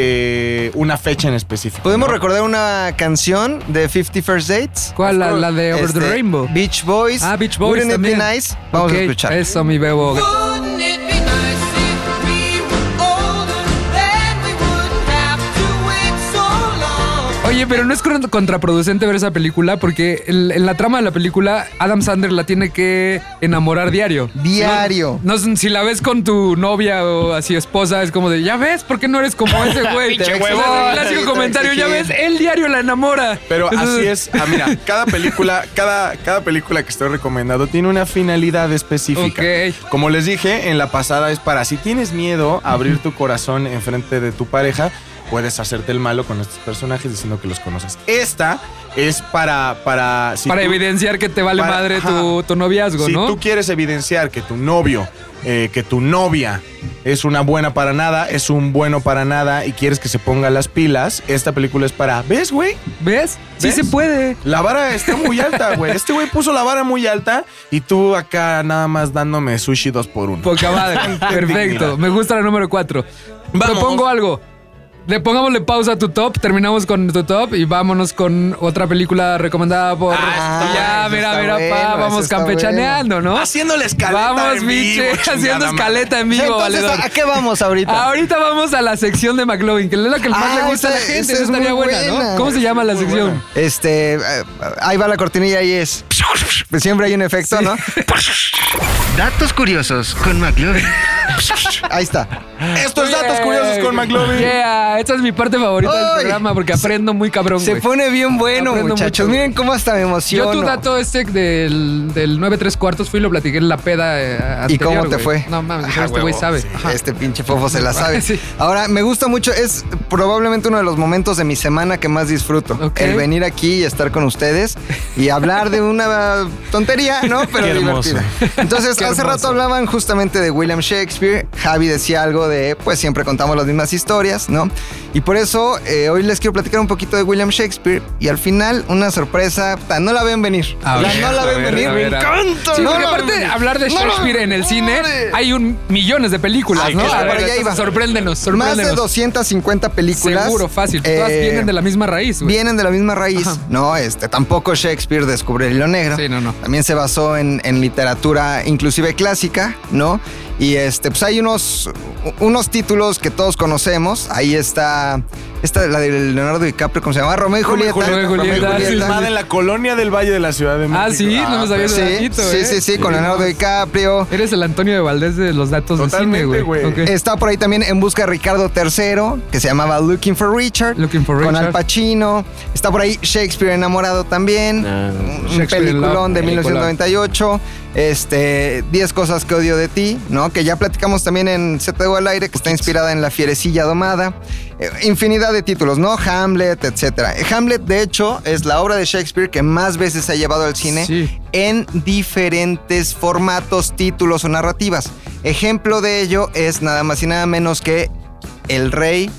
A: de una fecha en específico.
C: Podemos
A: ¿no?
C: recordar una canción de 50 First Dates.
B: ¿Cuál? La, la de Over the
C: Este,
B: Rainbow.
C: Beach Boys.
B: Ah, Beach Boys
C: Wouldn't
B: también.
C: It Be Nice. Vamos
B: Ok,
C: a escuchar.
B: Eso, mi bebo.
G: Wouldn't it be nice if we were older? Then we wouldn't have to wait so long.
B: Oye, pero no es cron- contraproducente ver esa película porque el- en la trama de la película Adam Sandler la tiene que enamorar diario.
C: Diario.
B: No, sé, si la ves con tu novia o así esposa, es como de, ya ves, ¿por qué no eres como ese güey?
C: Pinche
B: O sea,
C: huevón.
B: el clásico
C: Te
B: comentario, ya ves,
C: exigí.
B: él diario la enamora.
A: Pero
B: Entonces,
A: así es. Ah, mira, cada película, cada, cada película que estoy recomendando tiene una finalidad específica.
B: Ok.
A: Como les dije, en la pasada es para si tienes miedo a abrir tu corazón enfrente de tu pareja, puedes hacerte el malo con estos personajes diciendo que los conoces. Esta es para para si
B: para
A: tú-
B: evidenciar que te vale
A: para-
B: madre tu,
A: ajá.
B: tu noviazgo,
A: si
B: ¿no?
A: tú quieres evidenciar que tu novio, eh, que tu novia es una buena para nada, es un bueno para nada y quieres que se ponga las pilas, esta película es para, ¿ves, güey?
B: ¿Ves? Sí
A: ¿Ves?
B: se puede.
A: La vara está muy alta, güey. Este güey puso la vara muy alta y tú acá nada más dándome sushi dos por uno.
B: Poca madre. Perfecto.
A: dignidad.
B: Me gusta la número 4.
A: Vamos.
B: Propongo algo. Le pongámosle pausa a tu top, terminamos con tu top y vámonos con otra película recomendada por.
C: Ah, está
B: ya,
C: bueno,
B: mira,
C: eso
B: mira,
C: está
B: pa,
C: bueno,
B: vamos
C: eso está
B: campechaneando, ¿no?
A: Haciendo la escaleta.
B: Vamos,
A: en vivo,
B: biche,
A: chingada
B: haciendo
A: madre.
B: escaleta en vivo,
C: Entonces, ah,
B: valedor. Ah,
C: ¿a qué vamos ahorita?
B: Ahorita vamos a la sección de McLovin, que es la que más
C: Ah,
B: le gusta a la
C: esa-
B: gente.
C: esa
B: Esa
C: es
B: estaría
C: muy
B: buena, ¿no?
C: buena.
B: ¿Cómo se llama la sección?
C: Este, eh, ahí va la cortinilla y es. Siempre hay un efecto, ¿no?
H: Datos curiosos con McLovin.
C: Ahí está.
A: Esto es Datos Curiosos con McLovin.
B: Yeah, esa es mi parte favorita del
C: Ay.
B: programa porque aprendo muy cabrón,
C: Se
B: güey.
C: pone bien bueno,
B: Aprendo
C: muchachos.
B: mucho.
C: Miren cómo hasta me
B: Yo
C: emociono.
B: tu dato este del, del 9 3 cuartos fui y lo platiqué en la peda eh,
C: ¿Y
B: anterior,
C: cómo te
B: güey.
C: fue?
B: No mames,
C: Ajá,
B: este güey
C: huevo.
B: sabe.
C: Sí,
B: Ajá.
C: este pinche fofo se la sabe.
B: Sí.
C: Ahora, me gusta mucho. Es probablemente uno de los momentos de mi semana que más disfruto.
B: Ok.
C: El venir aquí y estar con ustedes y hablar de una tontería, ¿no? Pero
D: Qué hermoso.
C: divertida. Entonces,
B: Qué
C: hace
B: hermoso.
C: rato hablaban justamente de William Shakespeare. Javi decía algo de, pues siempre contamos las mismas historias, ¿no? Y por eso eh, hoy les quiero platicar un poquito de William Shakespeare y al final una sorpresa, puta, no la ven venir.
B: A
C: La-
B: ver,
C: no la
B: a
C: ven
B: ver,
C: venir.
B: a ver, a ver. Sí,
C: No
B: porque
C: la
B: aparte
C: ven
B: de
C: venir.
B: hablar de
C: No la
B: Shakespeare en el cine,
C: ven.
B: hay un millones de películas,
C: Ay,
B: ¿no?
C: claro,
B: A ver,
C: pero ya iba.
B: Sorpréndenos,
C: Más de
B: sorpréndenos.
C: 250 películas.
B: Seguro, fácil. Todas
C: Eh,
B: vienen de la misma raíz, güey.
C: Vienen de la misma raíz.
B: Ajá.
C: No, este, tampoco Shakespeare descubrió el hilo negro.
B: Sí, no, no.
C: También se basó en, en literatura, inclusive clásica, ¿no? Y este, pues hay unos, unos títulos que todos conocemos. Ahí está. Esta, la de Leonardo DiCaprio, ¿cómo se llama? Romeo y
A: Romeo y
C: Julieta.
A: Julieta.
B: Romeo y Julieta, sí,
A: Filmada en la colonia del Valle de la Ciudad de México.
B: Ah, sí, no me sabía ese
C: Sí,
B: datito,
C: sí,
B: eh.
C: sí, sí, con Leonardo DiCaprio.
B: Eres el Antonio de Valdés de los datos
A: Totalmente,
B: de cine, güey.
A: güey.
B: Ok.
C: Está por ahí también En Busca de Ricardo III, que se llamaba Looking for Richard.
B: Looking for
C: Con
B: Richard.
C: Al Pacino. Está por ahí Shakespeare enamorado también.
D: Ah,
C: un
B: Shakespeare in
C: peliculón
B: Love.
C: de
B: Peliculón.
C: 1998. Este, 10 cosas que odio de ti, ¿no? Que ya platicamos también en ZDU al aire, que está inspirada en La fierecilla domada. Eh, infinidad de títulos, ¿no? Hamlet, etcétera. Hamlet, de hecho, es la obra de Shakespeare que más veces se ha llevado al cine
B: Sí.
C: en diferentes formatos, títulos o narrativas. Ejemplo de ello es nada más y nada menos que El Rey.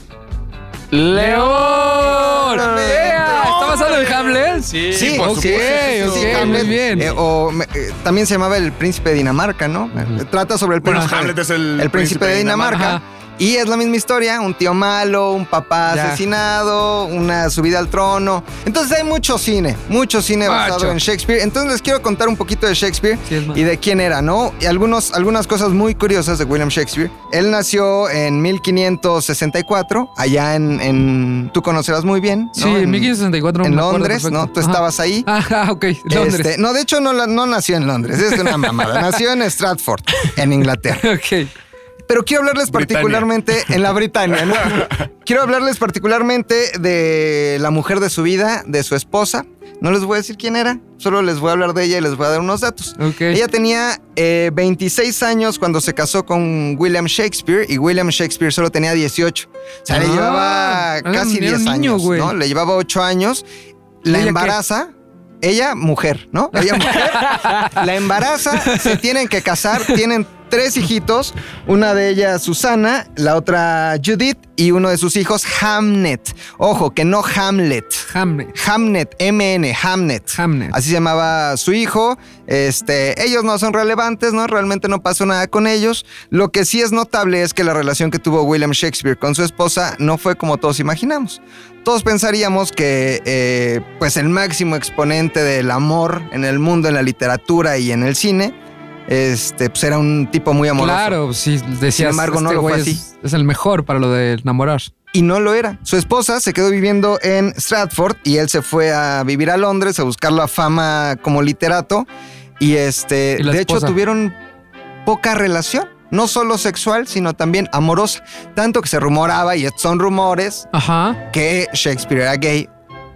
B: ¡León! ¡Ea! ¿Está basado en Hamlet?
D: Sí.
C: Sí,
B: por supuesto.
C: sí, sí, sí,
B: Ok,
C: sí,
B: ok,
C: Hamlet.
B: muy bien.
C: Eh, o, me- eh, también se llamaba El Príncipe de Dinamarca, ¿no? Eh, Trata sobre el
A: Bueno,
C: príncipe,
A: Hamlet es el
C: príncipe, de Dinamarca. Y es la misma historia, un tío malo, un papá
B: Ya.
C: asesinado, una subida al trono. Entonces hay mucho cine, mucho cine
B: Macho.
C: basado en Shakespeare. Entonces les quiero contar un poquito de Shakespeare
B: Sí, es más.
C: y de quién era, ¿no? Y algunos, algunas cosas muy curiosas de William Shakespeare. Él nació en 1564, allá en... en- tú conocerás muy bien, ¿no?
B: Sí, en 1564.
C: en
B: me acuerdo
C: Londres,
B: perfecto.
C: ¿no? Tú
B: Ajá.
C: estabas ahí.
B: Ah, ok, Londres.
C: Este, no, de hecho no, la- no nació en Londres, es una mamada. nació en Stratford, en Inglaterra.
B: Ok.
C: Pero quiero hablarles
A: Britania.
C: particularmente en la Britania, ¿no? quiero hablarles particularmente de la mujer de su vida, de su esposa. No les voy a decir quién era, solo les voy a hablar de ella y les voy a dar unos datos.
B: Ok.
C: Ella tenía eh, 26 años cuando se casó con William Shakespeare y William Shakespeare solo tenía 18. O sea,
B: Ah,
C: le llevaba
B: era
C: casi
B: un- era un
C: 10
B: niño,
C: años,
B: güey.
C: ¿no? Le llevaba 8 años. La
B: ¿Ella qué?
C: embaraza. Ella, mujer, ¿no? Ella, mujer. la embaraza, se tienen que casar, tienen tres hijitos, una de ellas Susana, la otra Judith y uno de sus hijos Hamnet. Ojo, que no Hamlet.
B: Hamlet.
C: Hamnet, MN, Hamnet.
B: Hamlet.
C: Así se llamaba su hijo. Este, ellos no son relevantes, ¿no? Realmente no pasó nada con ellos. Lo que sí es notable es que la relación que tuvo William Shakespeare con su esposa no fue como todos imaginamos. Todos pensaríamos que eh, pues el máximo exponente del amor en el mundo, en la literatura y en el cine, este, pues era un tipo muy amoroso.
B: Claro, sí, decías.
C: Sin embargo, no
B: este
C: lo fue
B: güey
C: así.
B: Es, es el mejor para lo de enamorar.
C: y no lo era. Su esposa se quedó viviendo en Stratford y él se fue a vivir a Londres a buscar la fama como literato. Y este,
B: ¿Y la
C: de hecho,
B: esposa?
C: tuvieron poca relación, no solo sexual, sino también amorosa. Tanto que se rumoraba, y son rumores,
B: Ajá.
C: que Shakespeare era gay.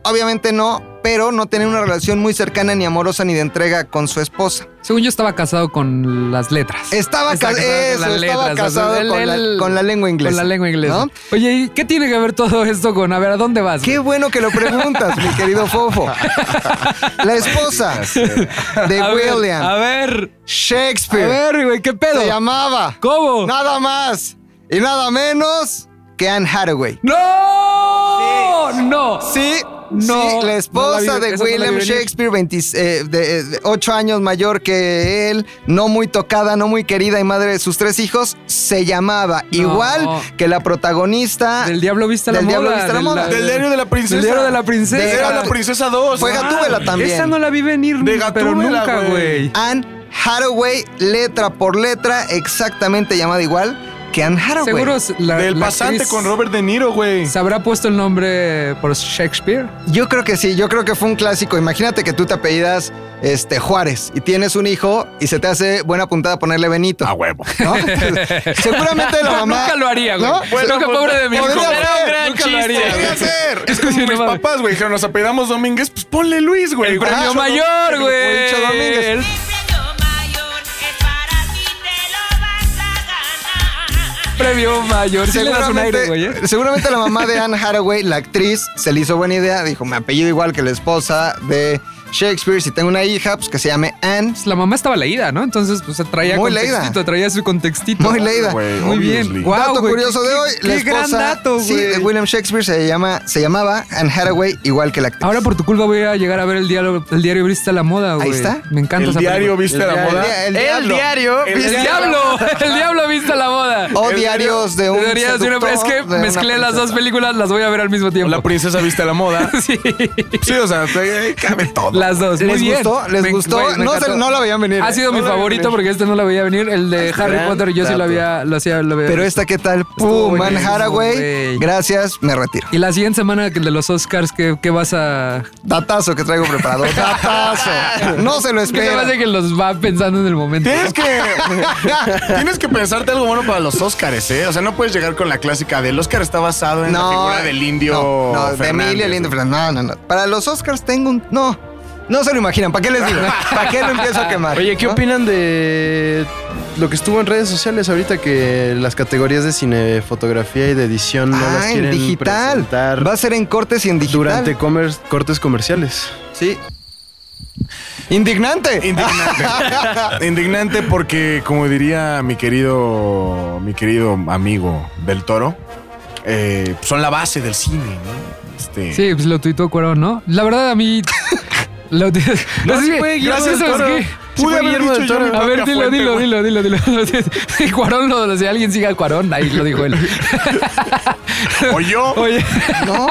C: Obviamente no, pero no tenía una relación muy cercana, ni amorosa, ni de entrega con su esposa.
B: Según yo estaba casado con las letras.
C: Estaba,
B: Estaba
C: ca-
B: casado con
C: eso,
B: las
C: estaba
B: letras, o sea,
C: casado
B: él-
C: con, la,
B: él-
C: con la lengua inglesa.
B: Con la lengua inglesa.
C: ¿no?
B: Oye, ¿y qué tiene que ver todo esto con? A ver, ¿a dónde vas?
C: Qué
B: güey?
C: bueno que lo preguntas, mi querido Fofo. La esposa de
B: a ver,
C: William
B: a ver. A
C: Shakespeare
B: ver, güey, ¿qué pedo?
C: se llamaba
B: ¿Cómo?
C: nada más y nada menos que Anne Hathaway.
B: ¡No! ¡No!
C: Sí,
B: No,
C: sí, la
B: no
C: esposa
B: la vi-
C: de
B: esa no la vi
C: William
B: venir.
C: Shakespeare, 20 eh, de, eh, de ocho años mayor que él, no muy tocada, no muy querida y madre de sus tres hijos, se llamaba igual que la protagonista
B: Del diablo viste la
C: Ah. Del
B: moda.
C: diablo viste la moda.
A: Del diario de la princesa.
B: Del diario de la princesa.
A: Del diario de la princesa 2.
C: Fue Gatúbela también.
B: Ah, Esa no la vi venir,
A: De
B: pero
A: Gatúbela,
B: nunca,
A: güey.
B: güey.
C: Anne Hathaway, letra por letra, exactamente llamada igual que Anne Hathaway.
B: Seguro es la,
A: Del
B: la
A: pasante
B: actriz
A: con Robert De Niro, güey.
B: ¿Se habrá puesto el nombre por Shakespeare?
C: Yo creo que sí, yo creo que fue un clásico. Imagínate que tú te apellidas este, Juárez y tienes un hijo y se te hace buena puntada ponerle Benito.
A: A huevo.
C: ¿no? Seguramente la mamá.
B: Nunca lo haría, güey.
C: ¿No?
B: Nunca, pobre de mi hijo.
A: podría
D: Era un gran
B: Nunca lo haría.
D: chiste.
A: Podría ser. Es
B: Sí,
A: como
B: no
A: mis
B: mames.
A: papás, güey. Dijeron, nos apellidamos Domínguez, pues ponle Luis, güey. Ah,
B: El premio
A: Guacho,
B: mayor,
A: Dom-
B: güey.
A: Guacho Domínguez.
B: Premio mayor. Si le das un aire, güey. ¿eh?
C: seguramente la mamá de Anne Hathaway, la actriz, se le hizo buena idea. Dijo, me apellido igual que la esposa de Shakespeare. Si tengo una hija, pues que se llame Anne.
B: Pues La mamá estaba leída, ¿no? Entonces, pues traía
C: Muy leída.
B: contextito, traía su contextito.
C: Muy leída.
A: Güey,
B: Muy
A: obviously.
B: bien. Guau,
C: dato
B: güey,
C: curioso
B: qué-
C: de hoy,
B: qué-
C: la
B: qué gran
C: esposa
B: dato,
C: sí,
B: güey.
C: de William Shakespeare se, llama, se llamaba Anne Hathaway igual que la actriz.
B: Ahora por tu culpa voy a llegar a ver el diario, el diario Vista la Moda, güey.
C: está.
B: Me encanta
A: El
B: esa
A: diario,
B: película.
A: ¿viste
C: El
A: la
C: diario-
A: moda?
C: el
D: El,
C: diablo.
D: diario.
A: El
B: ¡El diablo! ¡El diablo Vista la Moda!
C: o
A: el
C: diarios de un
B: Teorías de una-
C: seductor,
B: Es que
C: de una
B: mezclé las dos
C: princesa.
B: películas, las voy a ver al mismo tiempo.
A: La princesa viste la moda.
B: sí,
A: Sí, o sea, te- eh, cabe todo.
B: las dos. Muy
C: ¿Les
B: bien.
C: gustó? ¿Les
B: Me-
C: gustó?
B: güey, me
C: no, se-
B: encantó. Ah,
C: no la veían venir.
B: Ha
C: ¿eh?
B: sido mi
C: No la veían
B: favorito
C: venir.
B: porque este no la veía venir. El de Harry
D: gran
B: Potter yo sí lo
D: dato.
B: había, lo hacía, lo veía.
C: Pero
B: venir.
C: esta, ¿qué tal?
B: pues, Estuvo
C: Pum, Anne
B: buenísimo,
C: Hathaway.
B: güey.
C: Gracias, me retiro.
B: Y la siguiente semana que el de los Oscars, ¿qué, qué vas a...?
C: Datazo que traigo preparado. Datazo. No se lo
B: ¿Qué te
C: espera.
B: parece que los va pensando en el momento?
A: Tienes que, tienes que pensarte algo bueno para los Óscares, ¿eh? O sea, no puedes llegar con la clásica del Óscar está basado en la figura del indio.
C: No, no, de
A: Fernández.
C: Emilio el indio Fernández. No, no, no. Para los Oscars tengo un. No. No se lo imaginan. ¿Para qué les digo? ¿Para qué lo empiezo a quemar?
J: Oye, ¿qué
C: ¿No?
J: opinan de lo que estuvo en redes sociales ahorita que las categorías de cine, fotografía y de edición no las
C: ah, en
J: quieren
C: digital.
J: presentar
C: Va a ser en cortes y en digital.
J: durante comer- cortes comerciales?
C: Sí. Indignante.
A: Indignante. Indignante porque, como diría mi querido, mi querido amigo del toro, eh, son la base del cine, ¿no? Este,
B: Sí, pues lo tuitó Cuarón, ¿no? La verdad, a mí... lo tu- no, sí, gracias, ¿sabes qué?
A: Pude haber dicho yo mi
B: A
A: propia
B: ver, dilo,
A: fuente,
B: dilo,
A: güey.
B: dilo, dilo, dilo. Cuarón, lo, si alguien sigue a Cuarón, ahí lo dijo él.
A: O yo.
B: Oye,
C: ¿No?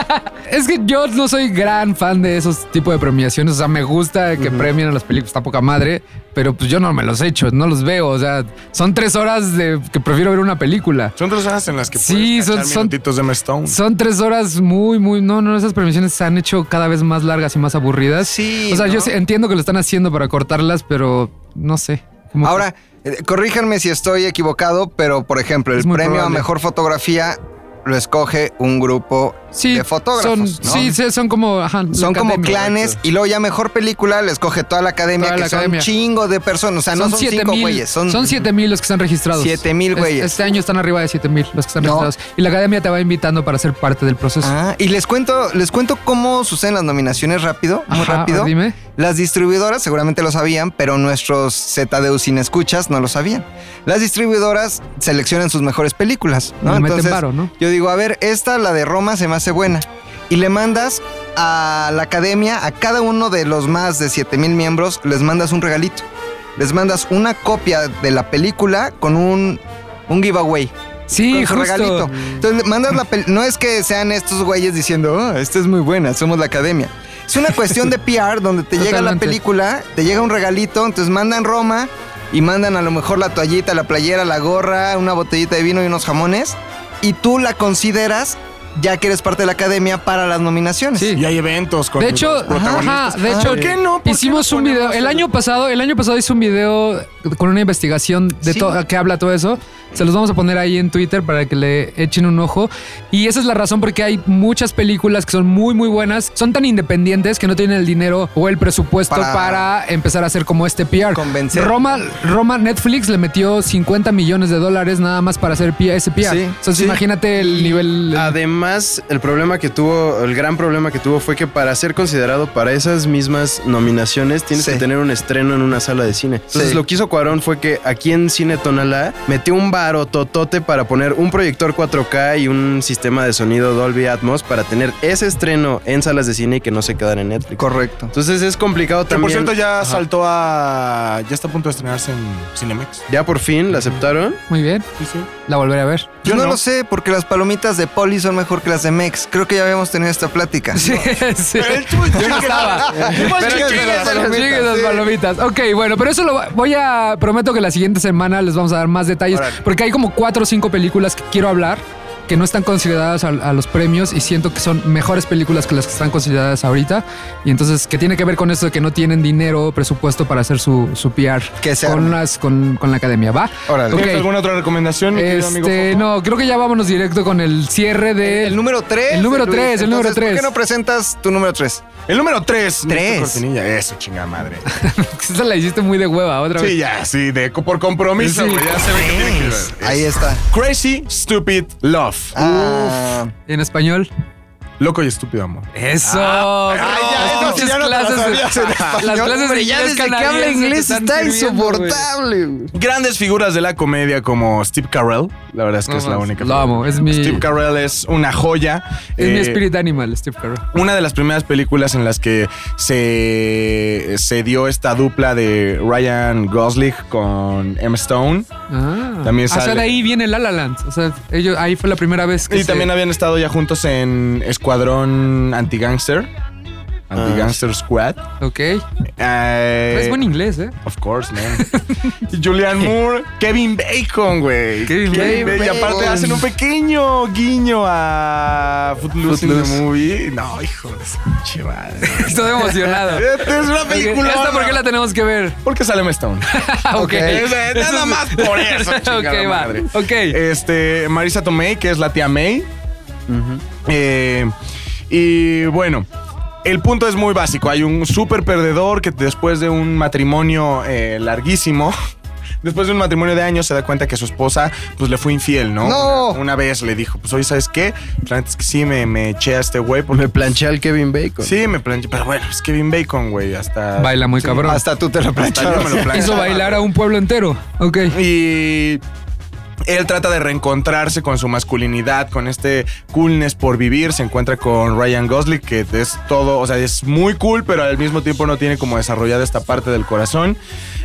B: es que yo no soy gran fan de esos tipos de premiaciones. O sea, me gusta que premien a las películas, está poca madre, pero pues yo no me los echo, no los veo. O sea, son tres horas de que prefiero ver una película.
A: Son tres horas en las que
B: Sí,
A: puedes
B: son-
A: cachar
B: son-
A: minutitos de M. Stone.
B: Son tres horas muy, muy. No, no, esas premiaciones se han hecho cada vez más largas y más aburridas.
C: Sí,
B: O sea, yo
C: ¿no?
B: sí entiendo que lo están haciendo para cortarlas, pero no sé. como que-
C: Ahora, eh, corríjanme si estoy equivocado, pero por ejemplo, el
B: Es muy
C: premio a
B: probable.
C: mejor fotografía lo escoge un grupo
B: sí,
C: de fotógrafos.
B: Son,
C: ¿no?
B: Sí, sí, son como. ajá, la
C: Son como
B: academia.
C: clanes y luego ya mejor película le escoge toda la academia,
B: Toda la
C: que son
B: academia.
C: un chingo de personas. O sea, no son
B: siete
C: cinco
B: mil-
C: güeyes. Son,
B: son siete mil los que están registrados.
C: Siete mil
B: Es-
C: güeyes.
B: Este año están arriba de 7 mil los que están
C: No.
B: registrados. Y la academia te va invitando para ser parte del proceso.
C: Ah, y les cuento, les cuento cómo suceden las nominaciones rápido, Ah, muy
B: Ajá,
C: rápido.
B: Dime.
C: Las distribuidoras seguramente lo sabían, pero nuestros ZDU sin escuchas no lo sabían. Las distribuidoras seleccionan sus mejores películas, ¿no?
B: Le meten varo, ¿no?
C: yo digo, a ver, esta, la de Roma, se me hace buena. Y le mandas a la academia, a cada uno de los más de 7000 miembros, les mandas un regalito. Les mandas una copia de la película con un, un giveaway.
B: Sí,
C: con su
B: justo.
C: regalito. Entonces le mandas la pel- No es que sean estos güeyes diciendo, oh, esta es muy buena, somos la academia. Es una cuestión de PR donde te llega la
B: Totalmente.
C: película, te llega un regalito, entonces mandan Roma y mandan a lo mejor la toallita, la playera, la gorra, una botellita de vino y unos jamones. Y tú la consideras, ya que eres parte de la academia, para las nominaciones.
B: Sí.
A: Y hay eventos con
B: De
A: los
B: hecho, ajá,
A: protagonistas.
B: de hecho,
A: ¿Por qué no? ¿Por qué
B: hicimos
A: no
B: un video.
A: ponemos
B: El
A: el-
B: año pasado, el año pasado hice un video con una investigación de
C: Sí.
B: todo que habla todo eso. Se los vamos a poner ahí en Twitter para que le echen un ojo. Y esa es la razón porque hay muchas películas que son muy, muy buenas. Son tan independientes que no tienen el dinero o el presupuesto
C: Para-
B: para, empezar a hacer como este PR.
C: Convencer.
B: Roma, Roma Netflix le metió 50 millones de dólares nada más para hacer PR, ese PR.
J: Sí,
B: Entonces
J: sí.
B: imagínate el nivel...
J: Además, el problema que tuvo, el gran problema que tuvo fue que para ser considerado para esas mismas nominaciones tienes
C: Sí.
J: que tener un estreno en una sala de cine. Entonces,
C: Sí.
J: lo que hizo Cuarón fue que aquí en Cine Tonalá metió un baro totote para poner un proyector 4K y un sistema de sonido Dolby Atmos para tener ese estreno en salas de cine y que no se quedara en Netflix.
C: Correcto.
J: Entonces, es complicado
A: Que por
J: también.
A: cierto ya
J: Ajá.
A: saltó a... Ya está a punto de estrenarse en Cinemex.
J: Ya por fin la aceptaron.
B: Muy bien,
A: Sí, sí.
B: la volveré a ver.
C: Yo
A: Yo
C: no,
A: no.
C: lo sé, porque las palomitas de Poli son mejor que las de Mex. Creo que ya habíamos tenido esta plática.
B: Sí, sí.
A: Pero el tuyo
B: Yo no estaba.
C: Pero
B: Pero
C: chingues las palomitas,
B: chingues las
C: sí.
B: palomitas. Ok, bueno, pero eso lo va- voy a. Prometo que la siguiente semana les vamos a dar más detalles.
C: Órale.
B: Porque Porque hay como cuatro o cinco películas que quiero hablar que no están consideradas a, a los premios y siento que son mejores películas que las que están consideradas ahorita. Y entonces, que tiene que ver con esto de que no tienen dinero, presupuesto para hacer su, su PR
C: Que se
B: con,
C: arme.
B: las, con, con la academia, ¿va?
C: Órale.
B: Ok.
A: ¿Tienes alguna otra recomendación, mi querido amigo
B: Este,
A: Fofo?
B: no, creo que ya vámonos directo con el cierre de...
C: El número 3.
B: El número tres, el número
C: ¿Por
B: tres.
C: qué no presentas tu número 3?
A: El número 3.
C: Tres.
A: Eso, chingada madre.
B: Esa la hiciste muy de hueva otra vez.
A: Sí, ya, sí, de, por compromiso,
B: Sí.
A: güey. Ya se ve que tiene que ver.
C: Ahí está.
A: Crazy, stupid, love.
C: Ah,
B: En español.
A: Loco y estúpido amor.
B: Eso.
A: ya,
B: Las
A: eso sí,
B: Ah, pinches
A: ya no te las
B: clases de-
A: sabías en
B: Las
C: no,
B: clases
C: hombre,
B: de
C: ya
B: inglés
C: desde que habla
B: canadiense te
C: inglés
B: están
C: está
B: sirviendo, güey.
C: insoportable. güey.
A: Grandes figuras de la comedia como Steve Carell. La verdad es que
B: No
A: es la
B: más.
A: única.
B: Lo amo, es mi-
A: Steve Carell es una joya.
B: Es mi
A: Eh,
B: espíritu animal, Steve Carell.
A: Una de las primeras películas en las que se, se dio esta dupla de Ryan Gosling con Emma Stone.
B: Ah.
A: También
B: O sea,
A: sale.
B: de ahí viene La La Land. O sea, ellos, ahí fue la primera vez que
A: Y
B: se-
A: también habían estado ya juntos en Escuadrón Anti-Gangster.
B: Ah.
A: Anti-Gangster Squad.
B: Ok.
A: Eh,
B: es buen inglés, ¿eh?
A: Of course, man. Julian Moore, Kevin Bacon, güey.
B: Kevin
A: Y
C: Bacon.
A: aparte hacen un pequeño guiño a Footloose, in the Movie. No, hijo de su pinche madre.
B: Estoy emocionado.
A: Esta es una película.
B: ¿Esta por qué la tenemos que ver?
A: Porque sale Emma Stone.
B: Ah, ok.
C: Ok.
A: Es- eh, nada más por eso, chingada
B: ok, va.
A: madre.
B: Ok.
A: Este, Marisa Tomei, que es la tía May. Eh, y bueno. El punto es muy básico. Hay un súper perdedor que después de un matrimonio eh, larguísimo, después de un matrimonio de años, se da cuenta que su esposa pues le fue infiel, ¿no?
C: ¡No!
A: Una, una vez le dijo, pues oye, ¿sabes qué? La neta es que sí me, me eché a este güey porque...
J: Me planché al Kevin Bacon.
A: Sí, me planché, pero bueno, es Kevin Bacon, güey, hasta...
B: Baila muy cabrón.
C: Hasta tú te lo
A: hasta yo me
C: plancharon.
A: lo
B: Hizo
A: planchaba,
B: bailar a un pueblo entero. Ok.
A: Y él trata de reencontrarse con su masculinidad, con este coolness por vivir. Se encuentra con Ryan Gosling, que es todo, o sea, es muy cool, pero al mismo tiempo no tiene como desarrollada esta parte del corazón.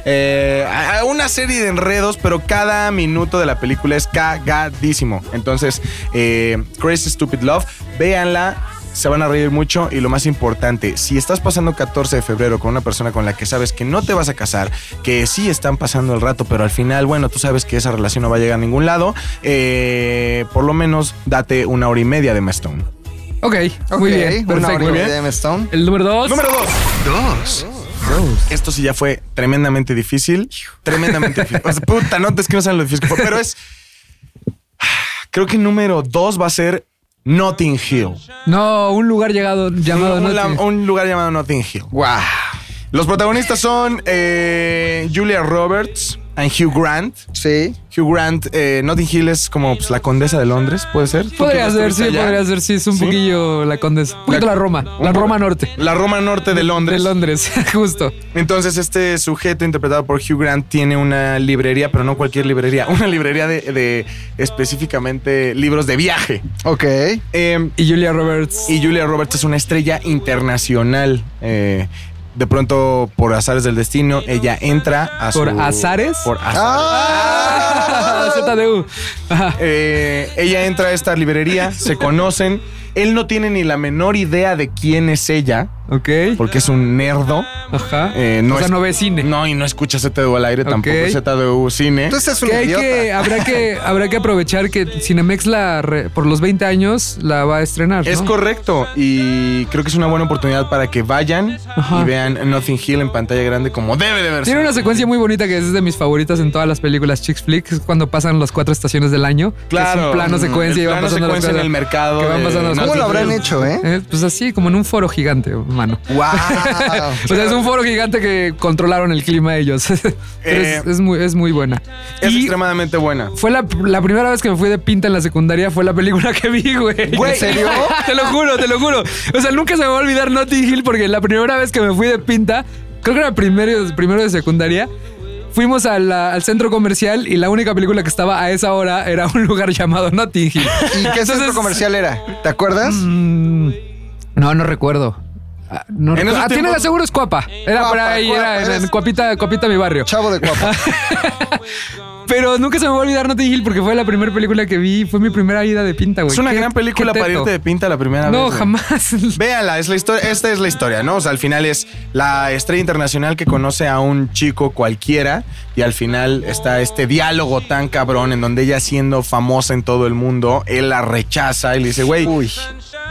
A: Eh, a- a una serie de enredos, pero cada minuto de la película es cagadísimo. Entonces, eh, Crazy Stupid Love, véanla. Se van a reír mucho y lo más importante, si estás pasando 14 de febrero con una persona con la que sabes que no te vas a casar, que sí están pasando el rato, pero al final, bueno, tú sabes que esa relación no va a llegar a ningún lado, eh, por lo menos date una hora y media de Mastone.
B: Ok. Muy
C: Ok,
B: bien.
C: Una
B: Perfecto.
C: hora y media de Emma Stone.
B: El número dos.
A: Número 2.
H: Dos.
A: Esto sí ya fue tremendamente difícil. Tremendamente difícil. O sea, puta, no, es que no saben lo difícil que fue, pero es... Creo que número 2 va a ser Notting Hill.
B: No, un lugar llegado llamado.
A: un,
B: no
A: la-
B: tiene-
A: un lugar llamado Notting Hill.
C: Guau.
A: Los protagonistas son eh, Julia Roberts and Hugh Grant.
C: Sí.
A: Hugh Grant, eh, Notting Hill es como pues, la condesa de Londres, ¿puede ser? ¿Tú que
B: Podría
A: ya
B: ser, sí,
A: estuviste allá?
B: podría ser, sí. Es un
A: ¿Sí?
B: poquillo la condesa. Un poquito la Roma. La Roma Norte.
A: La Roma Norte de Londres.
B: De Londres, justo.
A: Entonces este sujeto interpretado por Hugh Grant tiene una librería, pero no cualquier librería, una librería de, de específicamente libros de viaje.
C: Ok.
A: Eh,
B: Y Julia Roberts.
A: y Julia Roberts es una estrella internacional. Eh, de pronto, por azares del destino, ella entra a
B: ¿Por
A: su-
B: azares?
A: Por azares.
C: Ah.
B: ZDU. Ajá.
A: Eh, ella entra a esta librería, se conocen. Él no tiene ni la menor idea de quién es ella,
B: Ok.
A: porque es un nerdo.
B: Ajá.
A: Eh, no
B: o sea,
A: es-
B: no ve cine.
A: No, y no escucha ZDU al aire,
B: Ok.
A: tampoco ZDU cine.
C: Entonces es un
B: Que hay
C: idiota.
B: que, habrá que, habrá que aprovechar que Cinemex la re- por los 20 años la va a estrenar.
A: Es
B: ¿no?
A: correcto y creo que es una buena oportunidad para que vayan
B: Ajá.
A: y vean Nothing Hill en pantalla grande como debe de verse.
B: Tiene una secuencia muy bonita que es de mis favoritas en todas las películas Chicks Flick, es cuando pasan las cuatro estaciones del año. que
A: Claro.
B: Es un plano secuencia
A: El
B: y van
A: plano
B: pasando las
A: secuencia en
B: cosas.
A: el mercado
B: que van
A: de
B: pasando las
A: Nothing
C: ¿Cómo lo habrán
A: Hill.
C: hecho, eh?
B: Eh, pues así, como en un foro gigante, mano.
C: Wow.
B: O sea, es un foro gigante que controlaron el clima ellos. Pero es,
A: Eh,
B: es muy, es muy buena.
A: Es
B: Y
A: extremadamente buena.
B: fue la, la primera vez que me fui de pinta en la secundaria, fue la película que vi, güey.
C: Güey, ¿en serio?
B: te lo juro, te lo juro. O sea, nunca se me va a olvidar Notting Hill porque la primera vez que me fui de pinta, creo que era primero, primero de secundaria. Fuimos a la- al centro comercial y la única película que estaba a esa hora era un lugar llamado Notting Hill.
C: ¿Y qué centro comercial era? ¿Te acuerdas?
B: Mm, no, no recuerdo. Ah, No
A: En
B: recuerdo.
A: esos
B: Ah, tiene
A: tiempos-
B: la seguro es Cuapa. Era
C: Cuapa,
B: por ahí,
C: Cuapa,
B: era en- en,
C: eres-
A: Ah,
B: Cuapita, Cuapita mi barrio.
C: Chavo de guapa.
B: Pero nunca se me va a olvidar Notting Hill porque fue la primera película que vi. Fue mi primera ida de pinta, güey.
A: Es una
B: Qué-
A: gran película
B: qué
A: para
B: teto.
A: irte de pinta la primera vez.
B: No,
A: güey.
B: jamás.
A: Véanla, es la historia, esta es la historia, ¿no? O sea, al final es la estrella internacional que conoce a un chico cualquiera y al final está este diálogo tan cabrón en donde ella siendo famosa en todo el mundo, él la rechaza y le dice, güey,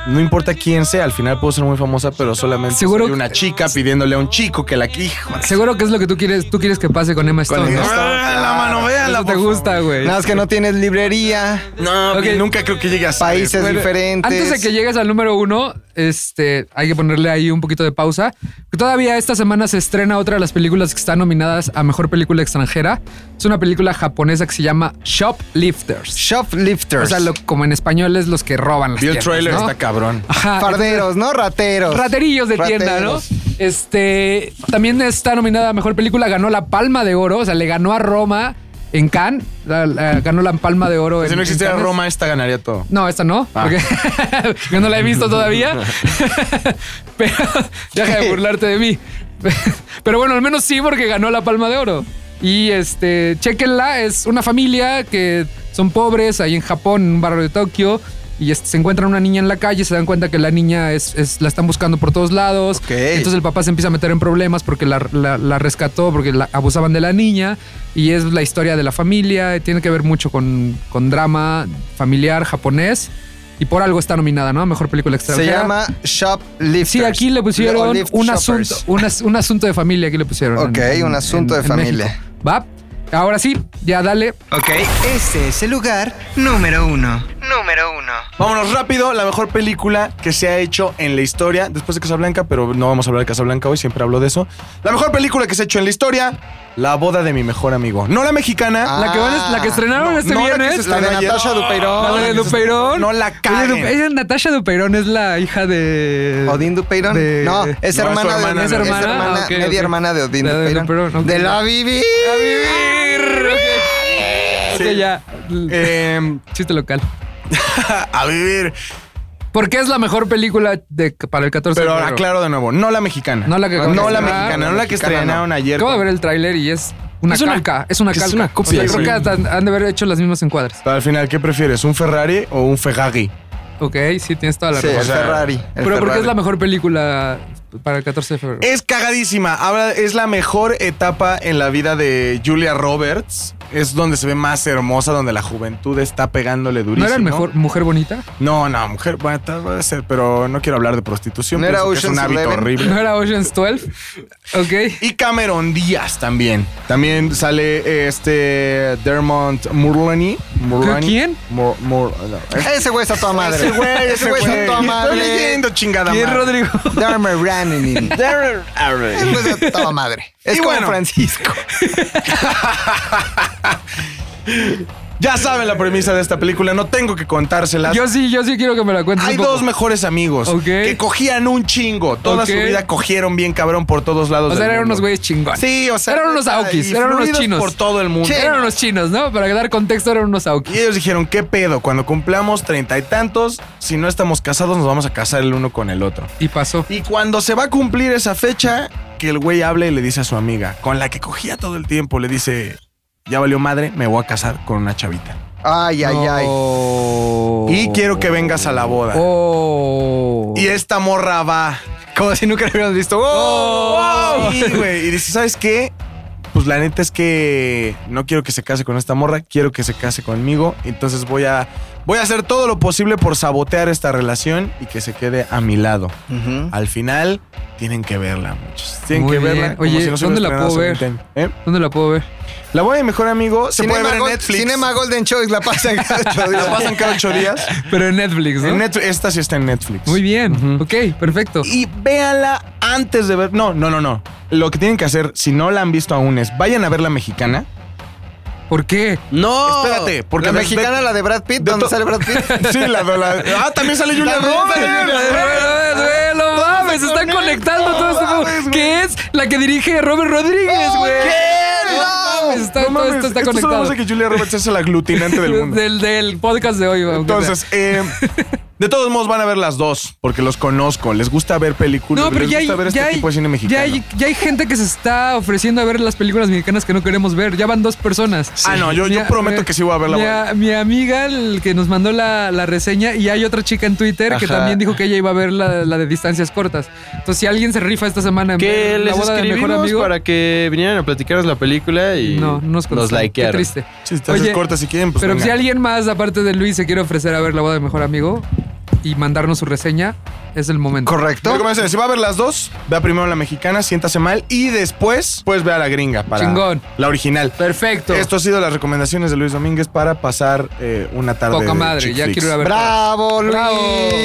A: no importa quién sea, al final puedo ser muy famosa, pero solamente
B: Seguro
A: soy una chica pidiéndole a un chico que la quijo.
B: Seguro que es lo que tú quieres, tú quieres que pase con Emma Stone. ¿no? Ah,
A: La mano, véanla,
B: Eso te
A: por
B: gusta, güey.
C: Nada más que no tienes librería,
A: No,
B: Ok.
A: nunca creo que llegue a ser.
C: países
B: Bueno,
C: diferentes.
B: Antes de que llegues al número uno, este, hay que ponerle ahí un poquito de pausa. Todavía esta semana se estrena otra de las películas que están nominadas a Mejor Película Extranjera. Es una película japonesa que se llama Shoplifters.
C: Shoplifters.
B: O sea, lo- como en español es los que roban las
A: Vi el
B: tiendas,
A: trailer, Ah,
B: ¿no?
A: está cabrón.
B: Ajá,
C: Farderos, ¿no? Rateros.
B: Raterillos de tienda, ¿no?
C: Rateros.
B: Este también está nominada a mejor película, ganó la Palma de Oro, o sea, le ganó a Roma en Cannes, la- la- ganó la Palma de Oro. en-
A: pues Si no
B: en
A: existiera
B: Cannes.
A: Roma, esta ganaría todo.
B: No, esta no,
A: Ah.
B: porque yo no la he visto todavía. Pero deja de burlarte de mí. Pero bueno, al menos sí, porque ganó la Palma de Oro. Y este, chequenla, es una familia que son pobres ahí en Japón, en un barrio de Tokio. Y este, se encuentran una niña en la calle, se dan cuenta que la niña es, es- la están buscando por todos lados.
C: Ok.
B: Entonces el papá se empieza a meter en problemas porque la, la- la rescató, porque la abusaban de la niña. Y es la historia de la familia, y tiene que ver mucho con, con drama familiar japonés. Y por algo está nominada, ¿no? A Mejor película
C: Se
B: extranjera.
C: llama Shoplifters.
B: Sí, aquí le pusieron
C: O Lift
B: un
C: Shoppers.
B: asunto, un, as- un asunto de familia. Aquí le pusieron.
C: Ok, un asunto de familia.
B: México. Va. Ahora sí, ya dale.
C: Ok, este es el lugar número uno. Número uno.
A: Vámonos rápido, la mejor película que se ha hecho en la historia, después de Casablanca, pero no vamos a hablar de Casablanca hoy, siempre hablo de eso. La mejor película que se ha hecho en la historia, La boda de mi mejor amigo. No la mexicana,
C: Ah,
B: la, que van a- la que estrenaron este
A: no la que
B: viernes.
A: se estrenó ayer.
C: Dupeirón.
B: La de Dupeirón.
A: No la
B: Oye,
A: caguen.
B: Dupe- ella, Natasha Dupeirón es la hija de.
C: ¿Odín Dupeirón?
B: de-
C: No,
A: No,
C: es hermana,
A: es su hermana,
C: de
A: ¿no?
C: es hermana,
B: ¿Es hermana? Ah, ok,
C: media
B: ok.
C: hermana de Odín
B: La de
C: Dupeirón.
B: Dupeirón, ok.
C: De la Vivi.
B: Sí. ya.
A: Eh,
B: Chiste local.
A: a vivir.
B: Porque es la mejor película de, para el 14
A: Pero
B: de febrero.
A: aclaro de nuevo, no la mexicana.
B: No la que-
A: No la
B: Ah,
A: mexicana, no la que
C: mexicana,
A: estrenaron ayer.
B: Acabo de ver el tráiler y es una
D: Es una-
B: calca. es una
D: es
B: calca.
D: una copia,
B: O sea, creo
A: güey.
B: que hasta han han de haber hecho las mismas encuadres.
A: Pero al final, ¿qué prefieres? ¿Un Ferrari o un Ferrari?
B: Ok, sí, tienes toda la
C: Sí,
B: razón.
C: el Ferrari. el
B: Pero porque
C: Ferrari.
B: es la mejor película para el 14 de febrero.
A: Es cagadísima. Ahora es la mejor etapa en la vida de Julia Roberts. Es donde se ve más hermosa, donde la juventud está pegándole
B: ¿No
A: durísimo.
B: era el mejor mujer bonita?
A: No, no, mujer, bueno, tal- puede ser, pero no quiero hablar de prostitución.
C: ¿No era
A: pienso que es un
C: Ocean's
A: hábito
C: Eleven?
A: horrible.
B: ¿No era Ocean's 12? Ok.
A: Y Cameron Díaz también. También sale eh, este Dermont Murlani. Murlani.
B: ¿Quién?
A: Mur- Mur- no.
C: Ese güey está toda madre.
A: Ese güey, ese güey.
C: está toda
A: Estoy
C: madre.
A: leyendo, chingada
B: ¿Quién,
A: madre.
B: Rodrigo?
C: Dermer Raninin. Ese güey está toda madre. Es
A: Y
C: como
A: bueno.
C: Francisco.
A: Ya saben la premisa de esta película, no tengo que contárselas.
B: Yo sí, yo sí quiero que me la cuentes.
A: Hay
B: un poco.
A: dos mejores amigos
B: Ok.
A: que cogían un chingo. Toda
B: Ok.
A: su vida cogieron bien cabrón por todos lados.
B: O sea,
A: del
B: eran
A: mundo.
B: unos güeyes chingones.
A: Sí, o sea.
B: Eran unos
A: neta,
B: aukis,
A: y
B: eran unos
A: fluidos
B: chinos.
A: Por todo el mundo.
B: Eran unos chinos, ¿no? Para dar contexto, eran unos
A: Y
B: aoki.
A: ellos dijeron, ¿qué pedo? Cuando cumplamos treinta y tantos, si no estamos casados, nos vamos a casar el uno con el otro.
B: Y pasó.
A: Y cuando se va a cumplir esa fecha, que el güey habla y le dice a su amiga, con la que cogía todo el tiempo, le dice, ya valió madre, me voy a casar con una chavita.
C: Ay, ay, ay.
B: Oh.
A: Y quiero que vengas a la boda.
B: Oh.
A: Y esta morra va.
C: Como si nunca lo hubieran visto.
A: ¡Wow! ¡Oh! Sí, güey. Y dice, ¿sabes qué? Pues la neta es que no quiero que se case con esta morra, quiero que se case conmigo. Entonces voy a, voy a hacer todo lo posible por sabotear esta relación y que se quede a mi lado.
C: Ujú.
A: Al final, tienen que verla, muchos. Tienen
B: Muy
A: que verla.
B: bien. Oye,
A: se
B: ¿dónde
A: hubiera
B: la puedo
A: estrenado hace
B: ver?
A: 20 años, ¿eh?
B: ¿Dónde la puedo ver?
A: La voy de mejor amigo. Se
C: Cinema
A: puede ver en
C: Gold-
A: Netflix.
C: Cinema Golden Choice la pasan cada ocho días.
A: La pasan cada ocho días.
B: Pero en Netflix, ¿no?
A: En Netflix- esta sí está en Netflix.
B: Muy bien. Ok, perfecto.
A: Y véanla antes de ver. No, no, no, no. Lo que tienen que hacer, si no la han visto aún, es vayan a ver la mexicana.
B: ¿Por qué?
D: No.
A: Espérate, porque
C: La
A: de-
C: mexicana, la de Brad Pitt,
A: de
C: ¿dónde
A: to-
C: sale Brad Pitt?
A: de- sí, la, la- Ah, también sale Julia
C: También
A: Roberts.
C: sale Julia
B: Duelo, duelo, mames, se están conectando todo este juego. ¿Qué es? La que dirige Robert Rodríguez, güey. No mames, está-
A: No
B: todo
A: mames,
B: esto está
A: esto solo
B: conectado.
A: hace que Julia Roberts es el aglutinante del mundo.
B: Del, del podcast de hoy, güey.
A: Entonces, eh, De todos modos van a ver las dos, porque los conozco. Les gusta ver películas,
B: No, pero
A: les
B: ya hay,
A: gusta ver este
B: ya, hay,
A: tipo de cine mexicano.
B: ya, hay, ya hay gente que se está ofreciendo a ver las películas mexicanas que no queremos ver. Ya van dos personas.
A: Ah, no, yo- yo prometo que sí voy a verla,
B: Mi,
A: voy a
B: a- mi amiga, el que nos mandó la, la reseña, y hay otra chica en Twitter que
D: Ajá.
B: también dijo que ella iba a ver la, la de distancias cortas. Entonces, si alguien se rifa esta semana en
D: Que
B: ver la
D: les
B: boda del mejor
D: escribimos
B: amigo,
D: para que vinieran a platicarnos la película y
B: no, no nos
D: nos,
B: contestaron. Qué
D: likearon.
B: triste.
A: Si te haces
B: Oye,
A: corta si quieren, pues
B: Pero
A: venga.
B: si alguien más, aparte de Luis, se quiere ofrecer a ver la boda del mejor amigo y mandarnos su reseña, es el momento.
C: Correcto.
A: Recomendaciones, Si va a ver las dos, vea primero la mexicana, siéntase mal y después, pues vea la gringa para
B: Chingón.
A: la original.
B: Perfecto.
A: Esto ha sido las recomendaciones de Luis Domínguez para pasar eh, una tarde.
B: Poca
A: de
B: madre,
A: chick
B: ya
A: flicks.
B: quiero ir a ver.
C: Bravo,
B: Bravo.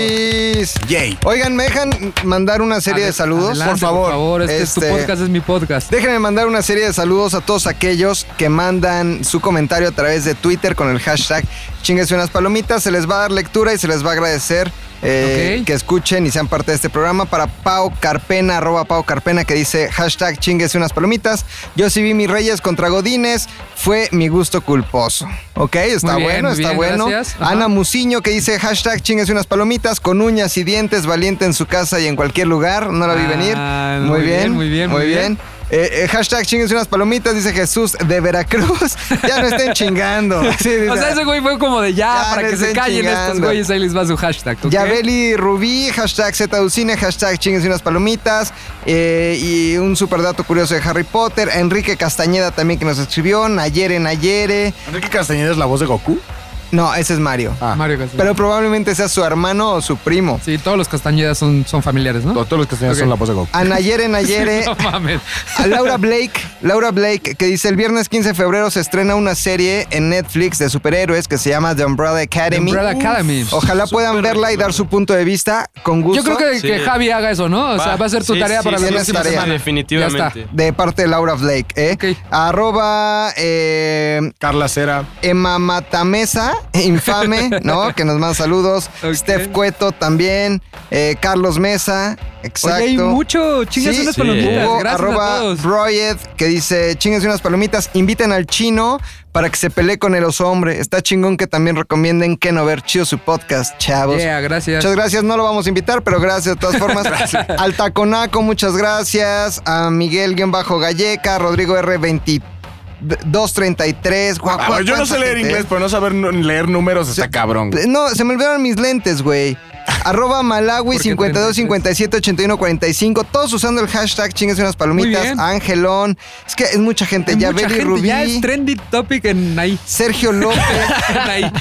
C: Luis.
A: Yay.
C: Oigan, ¿me dejan mandar una serie de
B: Ade-
C: saludos?
B: adelante,
C: por favor.
B: Por favor, este, es tu
C: Este,
B: podcast, es mi podcast.
C: Déjenme mandar una serie de saludos a todos aquellos que mandan su comentario a través de Twitter con el hashtag chinguese unas palomitas. Se les va a dar lectura y se les va a agradecer eh,
B: Ok.
C: que escuchen y sean parte de este programa. Para Pau Carpena, arroba Pau Carpena, que dice hashtag chinguese unas palomitas. Yo sí vi mis reyes contra Godines. Fue mi gusto culposo. Ok, está
B: Muy bien,
C: bueno,
B: muy
C: está
B: bien,
C: bueno.
B: gracias. Ajá.
C: Ana Musiño que dice hashtag chinguese unas palomitas con uñas y dientes, valiente en su casa y en cualquier lugar. No la vi
B: Ah,
C: venir.
B: muy bien, muy bien, muy bien.
C: Eh, eh, hashtag chinguense unas palomitas, dice Jesús de Veracruz. Ya no estén chingando. Sí, dice,
B: O sea, ese güey fue como de ya,
C: Ya
B: para
C: le
B: que se
C: estén
B: callen estos
C: chingando.
B: güeyes, ahí les va su hashtag. ¿ok?
C: Yabeli Rubí, hashtag ZDucine, hashtag chinguense unas palomitas. eh, y un super dato curioso de Harry Potter. Enrique Castañeda también que nos escribió. Nayere Nayere.
A: Enrique Castañeda es la voz de Goku.
C: No, ese es Mario.
A: Ah.
B: Mario Castañeda.
C: Pero probablemente sea su hermano o su primo.
B: Sí, todos los Castañedas son, son familiares, ¿no?
A: Todos los Castañedas
B: Ok.
A: son la voz de Goku.
C: A Nayere Nayere.
B: No mames.
C: A Laura Blake, Laura Blake, que dice el viernes 15 de febrero se estrena una serie en Netflix de superhéroes que se llama The Umbrella Academy.
B: Umbrella Academy.
C: Ojalá puedan
D: Súper
C: verla y dar su punto de vista con
B: Yo
C: gusto.
B: creo que,
D: Sí.
B: que Javi haga eso, ¿no? O sea, va a ser tu
D: sí,
B: tarea
D: sí,
B: para
D: sí,
B: la
C: tienes
B: próxima
C: tarea.
B: semana. Ya
D: Definitivamente.
B: está.
C: de parte de Laura Blake, ¿eh?
B: Ok.
C: Arroba eh,
A: Carla Cera.
C: Emma Matamesa, infame, ¿no? Que nos manda saludos.
B: Ok.
C: Steph Cueto también. eh, Carlos Mesa, exacto.
B: Oye, hay mucho. Chingas
C: Sí,
B: unas
D: sí.
B: palomitas.
C: Hugo,
B: Gracias
C: arroba
B: a todos.
C: Broyed, que dice, chinguense unas palomitas, inviten al chino para que se pelee con el oso hombre. Está chingón que también recomienden que no ver chido su podcast, chavos.
B: Yeah, gracias.
C: Muchas gracias, no lo vamos a invitar, pero gracias de todas formas. Al Taconaco, muchas gracias. A Miguel-Galleca, Rodrigo R2233. Guau,
A: Ah,
C: guau,
A: yo no sé
C: cuánta
A: leer
C: gente,
A: inglés,
C: eh.
A: pero no saber nu- leer números está cabrón. güey.
C: No, se me olvidaron mis lentes, güey. Arroba Malawi
B: ¿Por qué
C: 52 57 81 45. Todos usando el hashtag chingues unas
B: Muy
C: palomitas.
B: bien.
C: Angelón. Es que es mucha gente.
B: Hay
C: Ya
B: mucha
C: Beli
B: gente,
C: Rubí.
B: Ya es trendy topic en ahí.
C: Sergio López.
B: En ahí.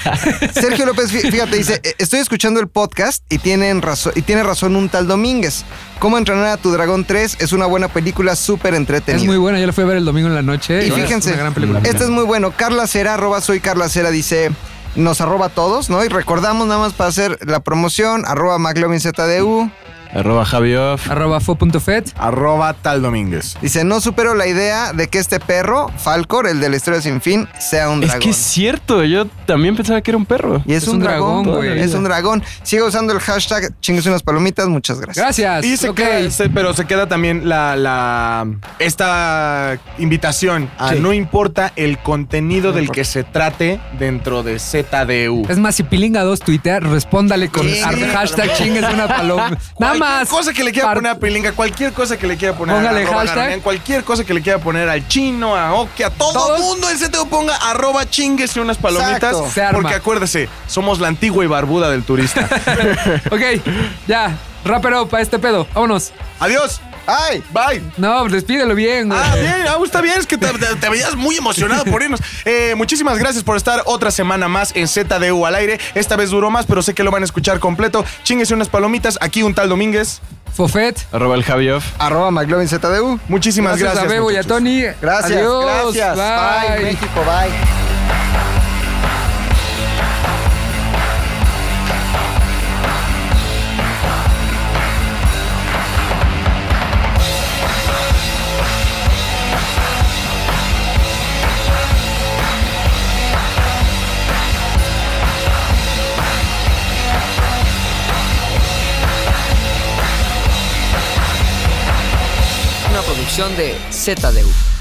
C: Sergio López, fí- fíjate, dice, "Eh, estoy escuchando el podcast y, tienen razón, y tiene razón un tal Domínguez. ¿Cómo entrenar a tu dragón 3? Es una buena película súper entretenida.
B: Es muy buena, yo la fui a ver el domingo en la noche.
C: Y
B: es
C: fíjense,
B: una gran película.
C: este es muy bueno. Carla Cera, arroba soy Carla Cera, dice, nos arroba a todos, ¿no? Y recordamos nada más para hacer la promoción, arroba McLovinZDU.
D: Arroba Javioff.
B: Arroba fo.fet.
A: Arroba tal Domínguez.
C: Dice, no supero la idea de que este perro, Falcor, el de la historia sin fin, sea un
D: Es
C: dragón.
D: que es cierto, yo también pensaba que era un perro.
C: Y es, un, dragón,
B: güey.
C: Es un dragón. Sigue usando el hashtag chingues unas palomitas. Muchas gracias.
B: Gracias.
A: Y se
B: Ok.
A: queda- se- pero se queda también la, la- esta invitación a
C: Sí.
A: no importa el contenido del
C: importa.
A: que se trate dentro de ZDU.
B: Es más, si Pilinga 2 tuitea, respóndale con
C: Sí,
B: ar- hashtag chingues una paloma.
A: Cualquier
B: Nada más.
A: cosa que le quiera
B: Par-
A: poner a Pilinga, cualquier cosa que le quiera poner
B: Póngale
A: a arroba
B: hashtag.
A: Garonen, cualquier cosa que le quiera poner al chino, a Oki, a todo
B: Todos.
A: mundo en ZDU ponga arroba chingues y unas palomitas.
C: Exacto.
B: Se arma.
A: Porque acuérdese, somos la antigua y barbuda del turista.
B: Ok, ya. Rapero para este pedo. Vámonos.
A: Adiós.
C: ¡Ay!
A: Bye.
B: No, despídelo bien, güey.
A: Ah, bien, ah, está bien, es que te, te- te veías muy emocionado por irnos. Eh, muchísimas gracias por estar otra semana más en ZDU al aire. Esta vez duró más, pero sé que lo van a escuchar completo. Chinguese unas palomitas, aquí un tal Domínguez.
B: Fofet.
D: Arroba el Javioff.
C: Arroba McLovinZDU.
A: Muchísimas
B: Gracias,
A: gracias.
B: a Bebo y a
A: muchachos.
B: Tony.
C: Gracias.
B: Adiós.
C: Gracias.
B: Bye.
C: México, bye.
K: Una producción de ZDU.